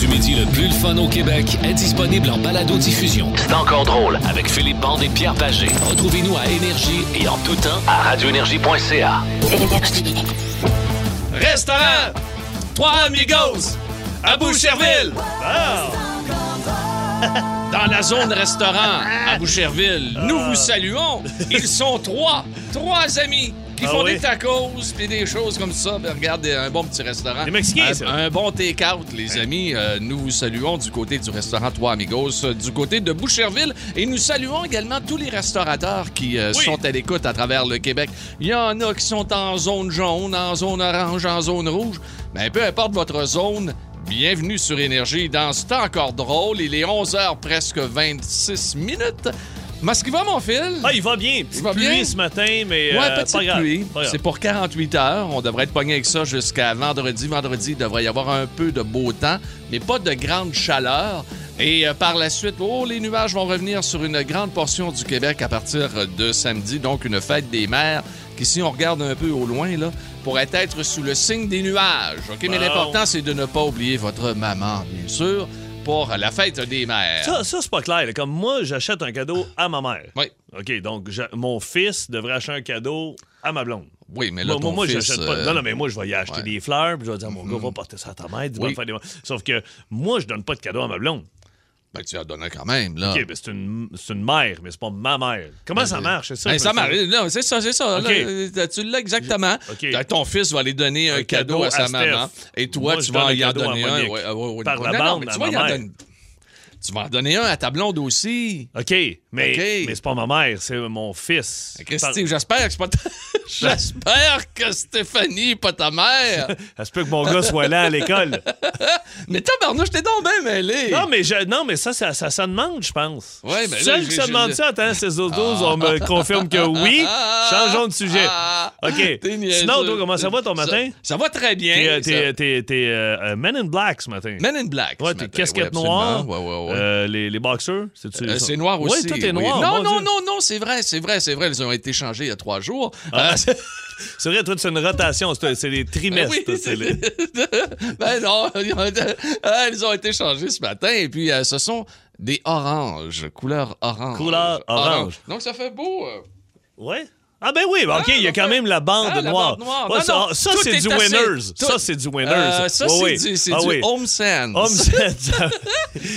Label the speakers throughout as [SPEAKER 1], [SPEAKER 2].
[SPEAKER 1] comédie le plus le fun au Québec est disponible en balado-diffusion. C'est encore drôle avec Philippe Bande et Pierre Pagé. Retrouvez-nous à Énergie et en tout temps à radioénergie.ca.
[SPEAKER 2] Restaurant Trois Amigos à Boucherville.
[SPEAKER 3] Ah!
[SPEAKER 2] Dans la zone restaurant
[SPEAKER 3] Ah!
[SPEAKER 2] à Boucherville, nous vous saluons. Ils sont trois, trois amis qui
[SPEAKER 3] Ah
[SPEAKER 2] font
[SPEAKER 3] oui.
[SPEAKER 2] des tacos puis des choses comme ça. Ben, regarde, un bon petit restaurant.
[SPEAKER 3] Des Mexicains,
[SPEAKER 2] un,
[SPEAKER 3] ça. Hein?
[SPEAKER 2] Un bon take-out, les amis. Euh, nous vous saluons du côté du restaurant Trois Amigos, euh, du côté de Boucherville. Et nous saluons également tous les restaurateurs qui euh,
[SPEAKER 3] Oui.
[SPEAKER 2] sont à l'écoute à travers le Québec. Il y en a qui sont en zone jaune, en zone orange, en zone rouge. Mais peu importe votre zone, bienvenue sur Énergie dans C'est encore drôle. Il est 11h presque 26 minutes. Mais ce qui va, mon fil?
[SPEAKER 3] Ah, il va bien. Petite
[SPEAKER 2] Il va
[SPEAKER 3] pluie
[SPEAKER 2] bien?
[SPEAKER 3] ce matin, mais
[SPEAKER 2] Ouais,
[SPEAKER 3] euh,
[SPEAKER 2] petite
[SPEAKER 3] pas grave.
[SPEAKER 2] pluie.
[SPEAKER 3] Pas grave.
[SPEAKER 2] C'est pour 48 heures. On devrait être pogné avec ça jusqu'à vendredi. Vendredi, il devrait y avoir un peu de beau temps, mais pas de grande chaleur. Et euh, par la suite, oh, les nuages vont revenir sur une grande portion du Québec à partir de samedi, donc une fête des mers qui, si on regarde un peu au loin, là, pourrait être sous le signe des nuages. OK? Mais
[SPEAKER 3] Bon.
[SPEAKER 2] l'important, c'est de ne pas oublier votre maman, bien sûr, pour la fête des mers.
[SPEAKER 3] Ça, ça, c'est pas clair. là. Comme moi, j'achète un cadeau à ma mère.
[SPEAKER 2] Oui.
[SPEAKER 3] OK, donc j'a- mon fils devrait acheter un cadeau à ma blonde.
[SPEAKER 2] Oui, mais là,
[SPEAKER 3] moi,
[SPEAKER 2] ton
[SPEAKER 3] moi,
[SPEAKER 2] fils,
[SPEAKER 3] j'achète pas.
[SPEAKER 2] euh,
[SPEAKER 3] Non, non, mais moi, je vais y acheter
[SPEAKER 2] ouais. Mm-hmm.
[SPEAKER 3] des fleurs, puis je vais dire à mon gars, va porter ça à ta mère, dis-moi
[SPEAKER 2] Oui.
[SPEAKER 3] de faire des... Sauf que moi, je donne pas de cadeau à ma blonde.
[SPEAKER 2] ben, tu as donné quand même, là.
[SPEAKER 3] OK, ben, c'est une, c'est une mère, mais c'est pas ma mère. Comment ça marche? C'est ça?
[SPEAKER 2] Ah. Ben,
[SPEAKER 3] je
[SPEAKER 2] ça
[SPEAKER 3] me suis-
[SPEAKER 2] marche. Non, c'est ça, c'est ça.
[SPEAKER 3] OK.
[SPEAKER 2] Là, euh, tu l'as exactement.
[SPEAKER 3] OK.
[SPEAKER 2] Ben, Ton fils va aller donner un,
[SPEAKER 3] Un
[SPEAKER 2] cadeau,
[SPEAKER 3] cadeau
[SPEAKER 2] à sa
[SPEAKER 3] à
[SPEAKER 2] maman.
[SPEAKER 3] Steph.
[SPEAKER 2] Et toi,
[SPEAKER 3] Moi,
[SPEAKER 2] tu
[SPEAKER 3] je
[SPEAKER 2] vas
[SPEAKER 3] donne
[SPEAKER 2] y
[SPEAKER 3] un
[SPEAKER 2] en
[SPEAKER 3] cadeau à
[SPEAKER 2] donner un.
[SPEAKER 3] Monique.
[SPEAKER 2] Ouais, ouais, ouais.
[SPEAKER 3] Par la
[SPEAKER 2] Non, non,
[SPEAKER 3] bande
[SPEAKER 2] mais
[SPEAKER 3] à
[SPEAKER 2] tu, vas
[SPEAKER 3] ma
[SPEAKER 2] y en
[SPEAKER 3] mère.
[SPEAKER 2] donner- tu vas en donner un à ta blonde aussi.
[SPEAKER 3] OK, mais,
[SPEAKER 2] OK. Ben,
[SPEAKER 3] mais c'est pas ma mère, c'est mon fils.
[SPEAKER 2] Christy,
[SPEAKER 3] Par-
[SPEAKER 2] j'espère que c'est pas ta- J'espère que Stéphanie est pas ta mère.
[SPEAKER 3] Ça se peut que mon gars soit là à l'école.
[SPEAKER 2] mais tabarnouche, t'es donc bien mêlé.
[SPEAKER 3] Non, mais, je- non, mais ça, ça, ça, ça demande, je pense.
[SPEAKER 2] Ouais, ben là,
[SPEAKER 3] Seul
[SPEAKER 2] j'ai-
[SPEAKER 3] qui se
[SPEAKER 2] j'ai-
[SPEAKER 3] demande ça, attends, 16 12 on me confirme que oui. Changeons de sujet.
[SPEAKER 2] Ah,
[SPEAKER 3] OK.
[SPEAKER 2] t'es niaiseux.
[SPEAKER 3] Sinon, toi, comment ça va ton matin?
[SPEAKER 2] Ça, ça va très bien.
[SPEAKER 3] T'es, euh,
[SPEAKER 2] ça.
[SPEAKER 3] t'es, t'es, t'es, euh, euh, Men in Black ce matin.
[SPEAKER 2] Men in Black.
[SPEAKER 3] ouais,
[SPEAKER 2] ce
[SPEAKER 3] t'es
[SPEAKER 2] matin.
[SPEAKER 3] casquette
[SPEAKER 2] Oui,
[SPEAKER 3] noire.
[SPEAKER 2] absolument. Ouais, ouais, ouais.
[SPEAKER 3] Euh, les, les boxers, c'est
[SPEAKER 2] Euh, c'est noir aussi.
[SPEAKER 3] Oui, tout est
[SPEAKER 2] oui.
[SPEAKER 3] noir.
[SPEAKER 2] Non,
[SPEAKER 3] mon
[SPEAKER 2] non,
[SPEAKER 3] Dieu.
[SPEAKER 2] non, non, c'est vrai, c'est vrai, c'est vrai. Ils ont été changés il y a trois jours. Euh, c'est-
[SPEAKER 3] Ah, C'est vrai, toi, c'est une rotation. C'est, c'est les
[SPEAKER 2] ben
[SPEAKER 3] trimestres.
[SPEAKER 2] oui,
[SPEAKER 3] c'est les-
[SPEAKER 2] ben non, ils ont, été, euh, ils ont été changés ce matin. Et puis, euh, ce sont des oranges, couleur orange.
[SPEAKER 3] Couleur orange.
[SPEAKER 2] Donc, ça fait beau. euh.
[SPEAKER 3] Ouais. Ah ben oui, ben OK,
[SPEAKER 2] Ah,
[SPEAKER 3] il y a
[SPEAKER 2] ben
[SPEAKER 3] quand
[SPEAKER 2] oui.
[SPEAKER 3] même la bande
[SPEAKER 2] Ah, la
[SPEAKER 3] noire.
[SPEAKER 2] bande noire.
[SPEAKER 3] Ouais,
[SPEAKER 2] Non,
[SPEAKER 3] ça,
[SPEAKER 2] non,
[SPEAKER 3] ça,
[SPEAKER 2] tout
[SPEAKER 3] c'est
[SPEAKER 2] est
[SPEAKER 3] du
[SPEAKER 2] assez-
[SPEAKER 3] winners.
[SPEAKER 2] tout-
[SPEAKER 3] Ça, c'est du winners.
[SPEAKER 2] Euh, ça,
[SPEAKER 3] Ouais,
[SPEAKER 2] c'est
[SPEAKER 3] ouais.
[SPEAKER 2] du, c'est
[SPEAKER 3] Ah
[SPEAKER 2] du
[SPEAKER 3] oui.
[SPEAKER 2] Home Sense.
[SPEAKER 3] Homme Sense.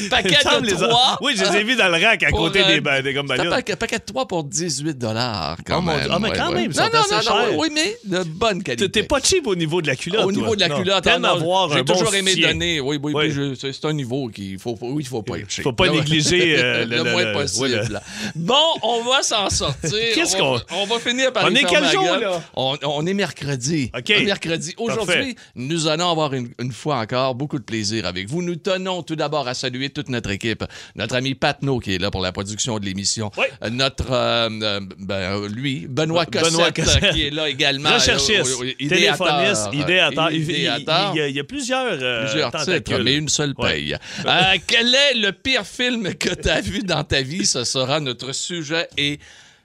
[SPEAKER 2] Paquet de
[SPEAKER 3] Il me semble les a-
[SPEAKER 2] trois.
[SPEAKER 3] Oui, je les ai vus dans le rack à
[SPEAKER 2] Pour,
[SPEAKER 3] côté
[SPEAKER 2] euh,
[SPEAKER 3] des, ba- des gommes
[SPEAKER 2] C'est un
[SPEAKER 3] bagnoles.
[SPEAKER 2] paquet, paquet de 3 pour 18 dollars quand
[SPEAKER 3] Oh mon
[SPEAKER 2] même.
[SPEAKER 3] Dieu. Ah, mais quand même, ils sont
[SPEAKER 2] Non, non,
[SPEAKER 3] assez
[SPEAKER 2] non, non,
[SPEAKER 3] chers.
[SPEAKER 2] oui, mais de bonne
[SPEAKER 3] T'es
[SPEAKER 2] qualité.
[SPEAKER 3] t'es pas cheap au niveau de la culotte.
[SPEAKER 2] Au niveau
[SPEAKER 3] toi.
[SPEAKER 2] de la
[SPEAKER 3] Non.
[SPEAKER 2] culotte,
[SPEAKER 3] T'aimes
[SPEAKER 2] ah non,
[SPEAKER 3] avoir
[SPEAKER 2] j'ai
[SPEAKER 3] un bon
[SPEAKER 2] toujours aimé
[SPEAKER 3] soutien.
[SPEAKER 2] donner. Oui, oui,
[SPEAKER 3] Oui.
[SPEAKER 2] puis je- c'est c'est un niveau qu'il faut, faut- oui, il faut pas être
[SPEAKER 3] Faut pas
[SPEAKER 2] cheap.
[SPEAKER 3] négliger,
[SPEAKER 2] le,
[SPEAKER 3] euh, le- le-
[SPEAKER 2] moins
[SPEAKER 3] le-
[SPEAKER 2] possible.
[SPEAKER 3] oui, le-
[SPEAKER 2] là. Bon, on va s'en sortir.
[SPEAKER 3] Qu'est-ce
[SPEAKER 2] on, va-
[SPEAKER 3] qu'on-
[SPEAKER 2] on va finir par
[SPEAKER 3] On
[SPEAKER 2] y
[SPEAKER 3] est
[SPEAKER 2] faire
[SPEAKER 3] quel
[SPEAKER 2] ma
[SPEAKER 3] jour,
[SPEAKER 2] gueule.
[SPEAKER 3] là?
[SPEAKER 2] On, on est mercredi.
[SPEAKER 3] OK.
[SPEAKER 2] Mercredi. Aujourd'hui, nous allons avoir une, une fois encore beaucoup de plaisir avec vous. Nous tenons tout d'abord à saluer toute notre équipe. Notre ami Patno qui est là pour la production de l'émission.
[SPEAKER 3] Oui.
[SPEAKER 2] Euh, Notre, euh, euh, ben, lui, Benoît Cossette, euh,
[SPEAKER 3] Benoît Cossette.
[SPEAKER 2] qui est là également.
[SPEAKER 3] Recherchiste,
[SPEAKER 2] Euh, euh, idéateur.
[SPEAKER 3] téléphoniste, idéateur. Il- il- Il
[SPEAKER 2] Idéateur.
[SPEAKER 3] il y a- il y a plusieurs euh,
[SPEAKER 2] Plusieurs titres,
[SPEAKER 3] tentacules.
[SPEAKER 2] mais une seule
[SPEAKER 3] Ouais.
[SPEAKER 2] paye. Euh, quel est le pire film que tu as vu dans ta vie? Ce sera notre sujet et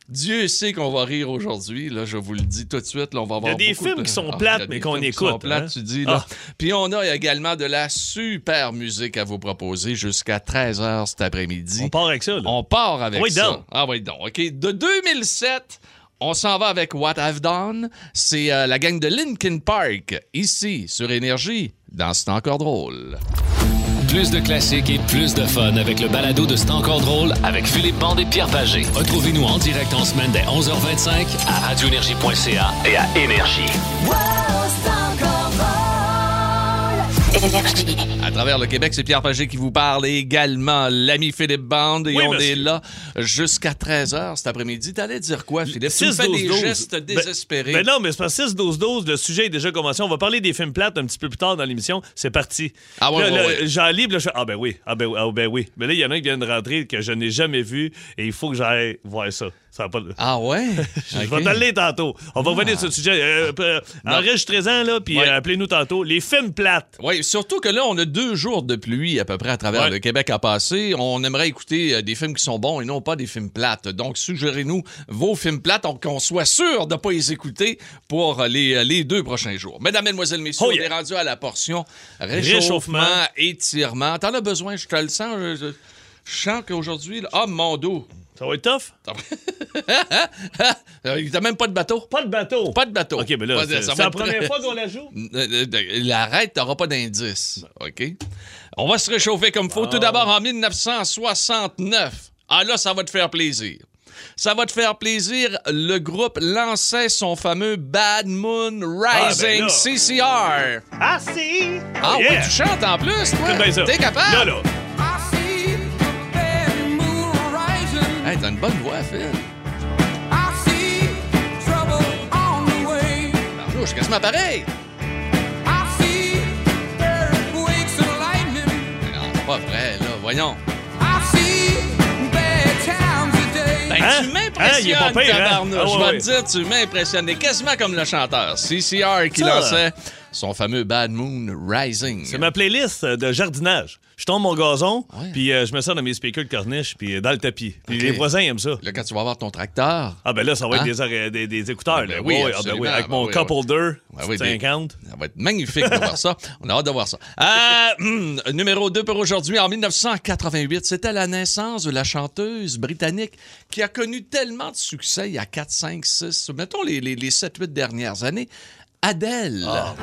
[SPEAKER 2] Dieu sait qu'on va rire aujourd'hui. Là, je vous le dis tout de suite. là, on va
[SPEAKER 3] Il y a
[SPEAKER 2] avoir
[SPEAKER 3] des
[SPEAKER 2] beaucoup
[SPEAKER 3] films
[SPEAKER 2] de-
[SPEAKER 3] qui sont
[SPEAKER 2] Ah,
[SPEAKER 3] plates,
[SPEAKER 2] il y a
[SPEAKER 3] mais
[SPEAKER 2] des
[SPEAKER 3] qu'on
[SPEAKER 2] films qui sont
[SPEAKER 3] écoute,
[SPEAKER 2] plates,
[SPEAKER 3] hein?
[SPEAKER 2] tu dis. là.
[SPEAKER 3] Ah.
[SPEAKER 2] Puis on a également de la super musique à vous proposer jusqu'à 13h cet après-midi.
[SPEAKER 3] On part avec ça, là.
[SPEAKER 2] On part avec
[SPEAKER 3] Oui,
[SPEAKER 2] ça.
[SPEAKER 3] donc.
[SPEAKER 2] Ah oui, donc. OK. De 2007, on s'en va avec What I've Done. C'est euh, la gang de Linkin Park, ici, sur Énergie, dans C'est encore drôle.
[SPEAKER 1] Plus de classiques et plus de fun avec le balado de C'est encore drôle avec Philippe Bande et Pierre Pagé. Retrouvez-nous en direct en semaine dès 11h25 à radioénergie.ca et à Énergie.
[SPEAKER 2] À travers le Québec, c'est Pierre Pagé qui vous parle et également l'ami Philippe Bande. Et
[SPEAKER 3] Oui,
[SPEAKER 2] on
[SPEAKER 3] monsieur.
[SPEAKER 2] est là jusqu'à 13h cet après-midi. T'allais dire quoi, Philippe? tu me
[SPEAKER 3] 6,
[SPEAKER 2] fais
[SPEAKER 3] 12,
[SPEAKER 2] des
[SPEAKER 3] 12.
[SPEAKER 2] gestes
[SPEAKER 3] Ben-
[SPEAKER 2] désespérés.
[SPEAKER 3] Ben non, mais c'est pas 6, 12, 12. Le sujet est déjà commencé. On va parler des films plates un petit peu plus tard dans l'émission. C'est parti.
[SPEAKER 2] Ah ouais,
[SPEAKER 3] Là,
[SPEAKER 2] ouais,
[SPEAKER 3] là,
[SPEAKER 2] ouais.
[SPEAKER 3] J'en lis, puis là, je fais, Ah ben oui, ah ben, oui, ah ben oui. Mais là, il y en a qui viennent de rentrer que je n'ai jamais vu et il faut que j'aille voir ça. Ça va pas de-
[SPEAKER 2] Ah ouais?
[SPEAKER 3] Je
[SPEAKER 2] OK. Ah.
[SPEAKER 3] vais te le lire tantôt. On va revenir sur ce sujet. Euh, euh, Enregistrez-en, là, puis
[SPEAKER 2] Ouais.
[SPEAKER 3] euh, appelez-nous tantôt. Les films plates.
[SPEAKER 2] Oui, Surtout que là, on a deux jours de pluie à peu près à travers
[SPEAKER 3] Ouais.
[SPEAKER 2] le Québec à passer. On aimerait écouter euh, des films qui sont bons et non pas des films plates. Donc, suggérez-nous vos films plates, donc qu'on soit sûr de ne pas les écouter pour euh, les, euh, les deux prochains jours. Mesdames, Mesdemoiselles, Messieurs,
[SPEAKER 3] Oh yeah.
[SPEAKER 2] on est rendu à la portion réchauffement,
[SPEAKER 3] Réchauffement.
[SPEAKER 2] étirement. T'en as besoin, je te le sens. Je, je- je sens qu'aujourd'hui, là- ah, mon dos.
[SPEAKER 3] Ça va être tough?
[SPEAKER 2] Euh, Il t'a même pas de bateau.
[SPEAKER 3] Pas de bateau.
[SPEAKER 2] Pas de bateau.
[SPEAKER 3] OK, mais là,
[SPEAKER 2] Pas de-
[SPEAKER 3] c'est
[SPEAKER 2] ça
[SPEAKER 3] c'est
[SPEAKER 2] va
[SPEAKER 3] la
[SPEAKER 2] être très-
[SPEAKER 3] première fois qu'on la joue.
[SPEAKER 2] Euh, euh, L'arrête, t'auras pas d'indice. OK? On va se réchauffer comme faut. Tout d'abord, en 1969. Ah là, ça va te faire plaisir. Ça va te faire plaisir. Le groupe lançait son fameux Bad Moon Rising
[SPEAKER 3] Ah, ben là.
[SPEAKER 2] CCR.
[SPEAKER 3] Ah, si!
[SPEAKER 2] Ah oui,
[SPEAKER 3] yeah.
[SPEAKER 2] tu chantes en plus, toi.
[SPEAKER 3] C'est bien ça.
[SPEAKER 2] T'es capable?
[SPEAKER 3] Là, là.
[SPEAKER 2] Hey, t'as une bonne voix, Phil. Marjo, je suis quasiment pareil. Non, c'est pas vrai, là. Voyons. Ben,
[SPEAKER 3] Hein?
[SPEAKER 2] tu
[SPEAKER 3] Hein, il est
[SPEAKER 2] m'impressionnes,
[SPEAKER 3] pas pire, hein?
[SPEAKER 2] tabarnouche.
[SPEAKER 3] Ah ouais,
[SPEAKER 2] Je vais
[SPEAKER 3] ouais.
[SPEAKER 2] te dire, tu m'impressionnes. Et quasiment comme le chanteur CCR qui
[SPEAKER 3] Ça.
[SPEAKER 2] lançait son fameux Bad Moon Rising.
[SPEAKER 3] C'est ma playlist euh, de jardinage. Je tombe mon gazon,
[SPEAKER 2] Ah, Ouais.
[SPEAKER 3] puis euh, je mets ça dans mes speakers de corniche, puis euh, dans le tapis. Puis
[SPEAKER 2] OK.
[SPEAKER 3] les voisins aiment ça.
[SPEAKER 2] Là, quand tu vas avoir ton tracteur,
[SPEAKER 3] Ah ben là, ça va être
[SPEAKER 2] Hein?
[SPEAKER 3] des, oreilles- des, des écouteurs.
[SPEAKER 2] Ben
[SPEAKER 3] là.
[SPEAKER 2] oui,
[SPEAKER 3] Ouais, ouais, ah ben
[SPEAKER 2] absolument.
[SPEAKER 3] oui, avec
[SPEAKER 2] Ben
[SPEAKER 3] mon
[SPEAKER 2] oui,
[SPEAKER 3] couple d'eux,
[SPEAKER 2] Ben oui, des-
[SPEAKER 3] 50.
[SPEAKER 2] ça va être magnifique de voir ça. On a hâte de voir ça. Euh, hum, numéro 2 pour aujourd'hui, en 1988, c'était la naissance de la chanteuse britannique qui a connu tellement de succès il y a 4, 5, 6, mettons les, les, 7, 8 dernières années. Adèle.
[SPEAKER 3] Ah,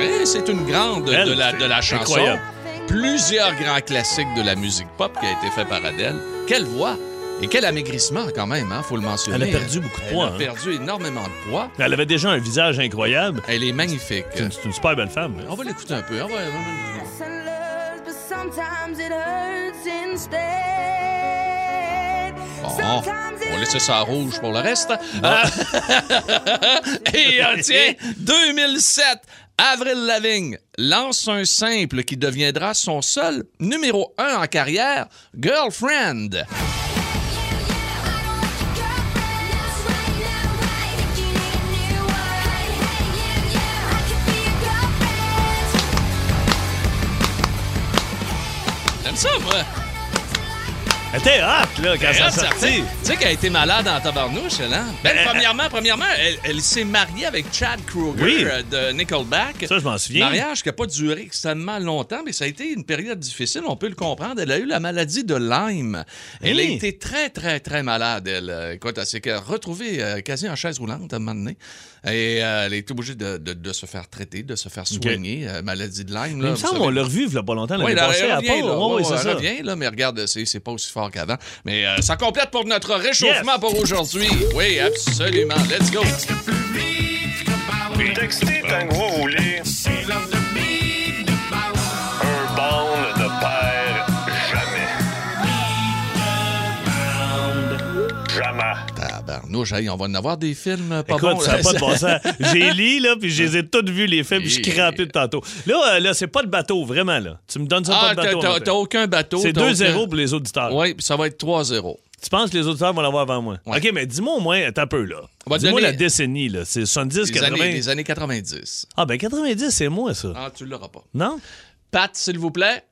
[SPEAKER 2] Eh, c'est une grande
[SPEAKER 3] Elle,
[SPEAKER 2] de la, de la
[SPEAKER 3] c'est
[SPEAKER 2] chanson.
[SPEAKER 3] incroyable.
[SPEAKER 2] Plusieurs grands classiques de la musique pop qui a été fait par Adèle. Quelle voix et quel amaigrissement quand même, hein, faut le mentionner.
[SPEAKER 3] Elle a perdu beaucoup de
[SPEAKER 2] Elle
[SPEAKER 3] poids,
[SPEAKER 2] a
[SPEAKER 3] hein.
[SPEAKER 2] perdu énormément de poids.
[SPEAKER 3] Elle avait déjà un visage incroyable.
[SPEAKER 2] Elle est magnifique.
[SPEAKER 3] C'est une, c'est une super belle femme.
[SPEAKER 2] On va l'écouter un peu. on va- Bon, Ah, on laisse ça en rouge pour le reste.
[SPEAKER 3] Ah.
[SPEAKER 2] Et euh, tiens, 2007, Avril Lavigne lance un simple qui deviendra son seul numéro un en carrière, Girlfriend. J'aime ça, moi.
[SPEAKER 3] Elle était hot, là,
[SPEAKER 2] Ben,
[SPEAKER 3] quand ça
[SPEAKER 2] Elle, ça fait-
[SPEAKER 3] sortit.
[SPEAKER 2] Tu sais qu'elle a été malade en tabarnouche, elle, hein? Ben,
[SPEAKER 3] Euh,
[SPEAKER 2] premièrement, premièrement, elle, elle s'est mariée avec Chad Kroger
[SPEAKER 3] Oui.
[SPEAKER 2] euh, de Nickelback.
[SPEAKER 3] Ça, je m'en souviens.
[SPEAKER 2] Mariage qui n'a pas duré extrêmement longtemps, mais ça a été une période difficile, on peut le comprendre. Elle a eu la maladie de Lyme. Elle a
[SPEAKER 3] Hein?
[SPEAKER 2] été très, très, très malade, elle. Euh, Écoute, elle s'est retrouvée euh, quasi en chaise roulante à un moment donné. Et euh, elle a été obligée de, de- de se faire traiter, de se faire soigner, euh, maladie de Lyme.
[SPEAKER 3] Il
[SPEAKER 2] là,
[SPEAKER 3] me
[SPEAKER 2] vous
[SPEAKER 3] semble
[SPEAKER 2] savez.
[SPEAKER 3] qu'on l'a revu il y a pas longtemps.
[SPEAKER 2] Oui,
[SPEAKER 3] l'année
[SPEAKER 2] elle
[SPEAKER 3] passée, à
[SPEAKER 2] revient,
[SPEAKER 3] Pau.
[SPEAKER 2] là.
[SPEAKER 3] Ouais, ouais,
[SPEAKER 2] Ouais,
[SPEAKER 3] c'est
[SPEAKER 2] elle
[SPEAKER 3] ça.
[SPEAKER 2] revient, là, mais regarde, c'est c'est pas aussi fort qu'avant. Mais euh, ça complète pour notre réchauffement
[SPEAKER 3] Yes.
[SPEAKER 2] pour aujourd'hui. Oui, absolument. Let's go.
[SPEAKER 4] Puis texter est un gros roulé. Un bound de père jamais. Jamais.
[SPEAKER 2] Tabarnouche, hey, on va en avoir des films euh, pas
[SPEAKER 3] Écoute,
[SPEAKER 2] bons.
[SPEAKER 3] ça
[SPEAKER 2] là.
[SPEAKER 3] n'a pas de bon sens. J'ai lu, là, puis je les ai toutes vues, les films, puis je
[SPEAKER 2] Et-
[SPEAKER 3] crapais de tantôt. Là, euh, là c'est pas de bateau, vraiment, là. Tu me donnes ça
[SPEAKER 2] Ah,
[SPEAKER 3] pas de
[SPEAKER 2] t'as-
[SPEAKER 3] bateau.
[SPEAKER 2] t'as
[SPEAKER 3] Martin.
[SPEAKER 2] t'as aucun bateau.
[SPEAKER 3] C'est
[SPEAKER 2] t'as
[SPEAKER 3] 2-0
[SPEAKER 2] aucun-
[SPEAKER 3] pour les auditeurs.
[SPEAKER 2] Oui, puis ça va être 3-0.
[SPEAKER 3] Tu penses que les auditeurs vont l'avoir avant moi?
[SPEAKER 2] Ouais.
[SPEAKER 3] OK, mais dis-moi au moins, attends un peu, là.
[SPEAKER 2] On va te
[SPEAKER 3] Dis-moi
[SPEAKER 2] donner-
[SPEAKER 3] la décennie, là. C'est 70,
[SPEAKER 2] Les
[SPEAKER 3] 80.
[SPEAKER 2] années, les années 90.
[SPEAKER 3] Ah, ben 90, c'est moi, ça.
[SPEAKER 2] Ah, tu l'auras pas.
[SPEAKER 3] Non?
[SPEAKER 2] Pat, s'il vous plaît.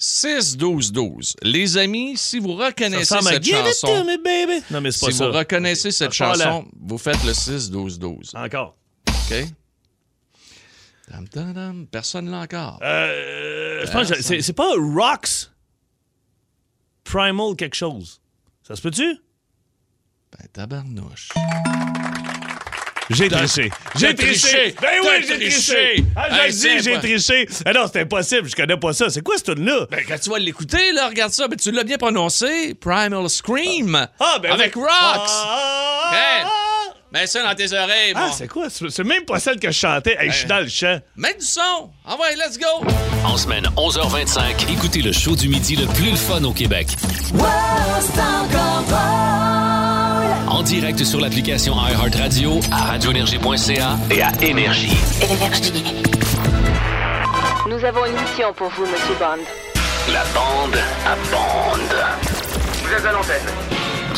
[SPEAKER 2] 6-12-12. Les amis, si vous reconnaissez
[SPEAKER 3] ressemble à
[SPEAKER 2] cette
[SPEAKER 3] Give it
[SPEAKER 2] chanson...
[SPEAKER 3] to me, baby. Non, mais c'est pas
[SPEAKER 2] Si
[SPEAKER 3] ça.
[SPEAKER 2] vous reconnaissez cette
[SPEAKER 3] Ça parle à-
[SPEAKER 2] chanson, vous faites le 6-12-12.
[SPEAKER 3] Encore.
[SPEAKER 2] OK? Dam, dam, dam. Personne là encore.
[SPEAKER 3] Ah. Euh, je pense que c'est c'est pas Rocks Primal quelque chose. Ça se peut-tu?
[SPEAKER 2] Ben, tabarnouche.
[SPEAKER 3] J'ai triché. J'ai
[SPEAKER 2] triché.
[SPEAKER 3] triché. Ben
[SPEAKER 2] T'as
[SPEAKER 3] oui, j'ai
[SPEAKER 2] triché.
[SPEAKER 3] triché. Ah,
[SPEAKER 2] Hey,
[SPEAKER 3] j'ai
[SPEAKER 2] c'est
[SPEAKER 3] dit, j'ai
[SPEAKER 2] pas-
[SPEAKER 3] triché. Ah non, c'est impossible. Je connais pas ça. C'est quoi ce tune-là?
[SPEAKER 2] Ben, quand tu vas l'écouter, là, regarde ça. Ben, tu l'as bien prononcé. Primal Scream.
[SPEAKER 3] Ah, ben
[SPEAKER 2] Avec
[SPEAKER 3] oui.
[SPEAKER 2] Rocks. Ben.
[SPEAKER 3] Ah, ah,
[SPEAKER 2] Hey.
[SPEAKER 3] ah.
[SPEAKER 2] Mets ça dans tes oreilles,
[SPEAKER 3] Ah,
[SPEAKER 2] mon.
[SPEAKER 3] c'est quoi? C'est c'est même pas celle que je chantais. Hey, je
[SPEAKER 2] Ben.
[SPEAKER 3] suis dans le champ.
[SPEAKER 2] Mets du son. Envoie, let's go.
[SPEAKER 1] En semaine 11h25, écoutez le show du midi le plus le fun au Québec. En direct sur l'application iHeartRadio, à radioénergie.ca et à Énergie.
[SPEAKER 5] Nous avons une mission pour vous, Monsieur Bond.
[SPEAKER 1] La bande à bande.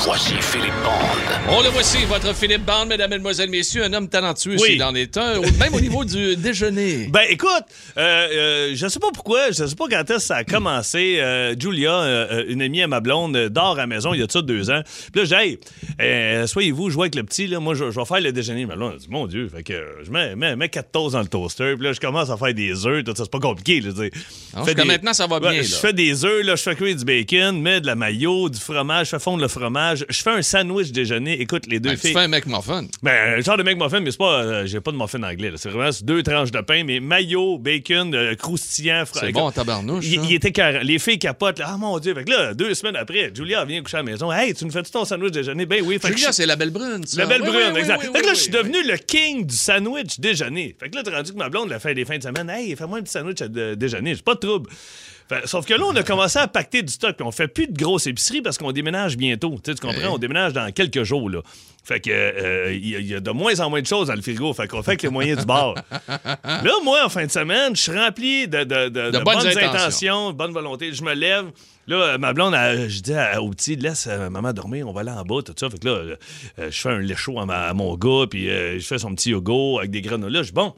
[SPEAKER 1] Voici Philippe Bond.
[SPEAKER 2] On le voici, votre Philippe Band, mesdames, mesdemoiselles, messieurs, un homme talentueux
[SPEAKER 3] Oui.
[SPEAKER 2] s'il en est un, au- même au niveau du déjeuner.
[SPEAKER 3] Ben écoute, euh, euh, je sais pas pourquoi, je sais pas quand est-ce que ça a commencé. euh, Julia, euh, euh, une amie à ma blonde, euh, dort à la maison il y a de ça deux ans. Puis là, j'ai hey, euh, soyez-vous, jouez avec le petit, là, moi je, je vais faire le déjeuner. Ma blonde a dit, mon Dieu, fait que euh, je mets, mets, mets quatre toasts dans le toaster, puis là je commence à faire des œufs, tout ça, c'est pas compliqué, je veux dire.
[SPEAKER 2] Non,
[SPEAKER 3] Fais
[SPEAKER 2] jusqu'à maintenant, ça va
[SPEAKER 3] Ouais,
[SPEAKER 2] bien,
[SPEAKER 3] Je
[SPEAKER 2] là.
[SPEAKER 3] fais des œufs, là, je fais cuire du bacon, mets de la mayo, du fromage, je fais fondre le fromage, je fais un sandwich déjeuner. Écoute, les deux
[SPEAKER 2] Ben, tu
[SPEAKER 3] filles.
[SPEAKER 2] fais un mec muffin.
[SPEAKER 3] Ben, genre de mec muffin, mais c'est pas. euh, J'ai pas de muffin anglais. là. C'est vraiment c'est deux tranches de pain, mais maillot, bacon, euh, croustillant, fra-
[SPEAKER 2] C'est bon en tabarnouche,
[SPEAKER 3] Il,
[SPEAKER 2] ça.
[SPEAKER 3] il était carré. Les filles capotent. là. Ah mon Dieu. Fait que là, deux semaines après, Julia vient coucher à la maison. Hey, tu nous fais-tu ton sandwich déjeuner? Ben oui. Fait que
[SPEAKER 2] Julia,
[SPEAKER 3] je-
[SPEAKER 2] c'est la belle brune. ça.
[SPEAKER 3] la belle
[SPEAKER 2] Oui,
[SPEAKER 3] brune,
[SPEAKER 2] oui, oui,
[SPEAKER 3] exact.
[SPEAKER 2] oui,
[SPEAKER 3] fait que là,
[SPEAKER 2] oui,
[SPEAKER 3] je suis
[SPEAKER 2] oui.
[SPEAKER 3] devenu le king du sandwich déjeuner. Fait que là, t'es rendu que ma blonde, la fin des fins de semaine, hey, fais-moi un petit sandwich à de- déjeuner, j'ai pas de trouble. Fait- sauf que là, on a commencé à pacter du stock, puis on fait plus de grosses épiceries parce qu'on déménage bientôt. Tu sais, tu comprends?
[SPEAKER 2] Ouais.
[SPEAKER 3] On déménage dans quelques jours, là. Fait que euh, il y, a- il y a de moins en moins de choses dans le frigo. Fait qu'on fait avec les moyens du bord. Là, moi, en fin de semaine, je suis rempli de, de- de- de
[SPEAKER 2] Hein? bonnes
[SPEAKER 3] bonnes
[SPEAKER 2] intentions.
[SPEAKER 3] intentions bonne bonne volonté. Je me lève. Là, euh, ma blonde, elle, je dis à- au petit, laisse euh, maman dormir, on va aller en bas, tout ça. Fait que là, euh, euh, je fais un lait chaud à, ma- à mon gars, puis euh, je fais son petit yogourt avec des granolas. Je dis, bon,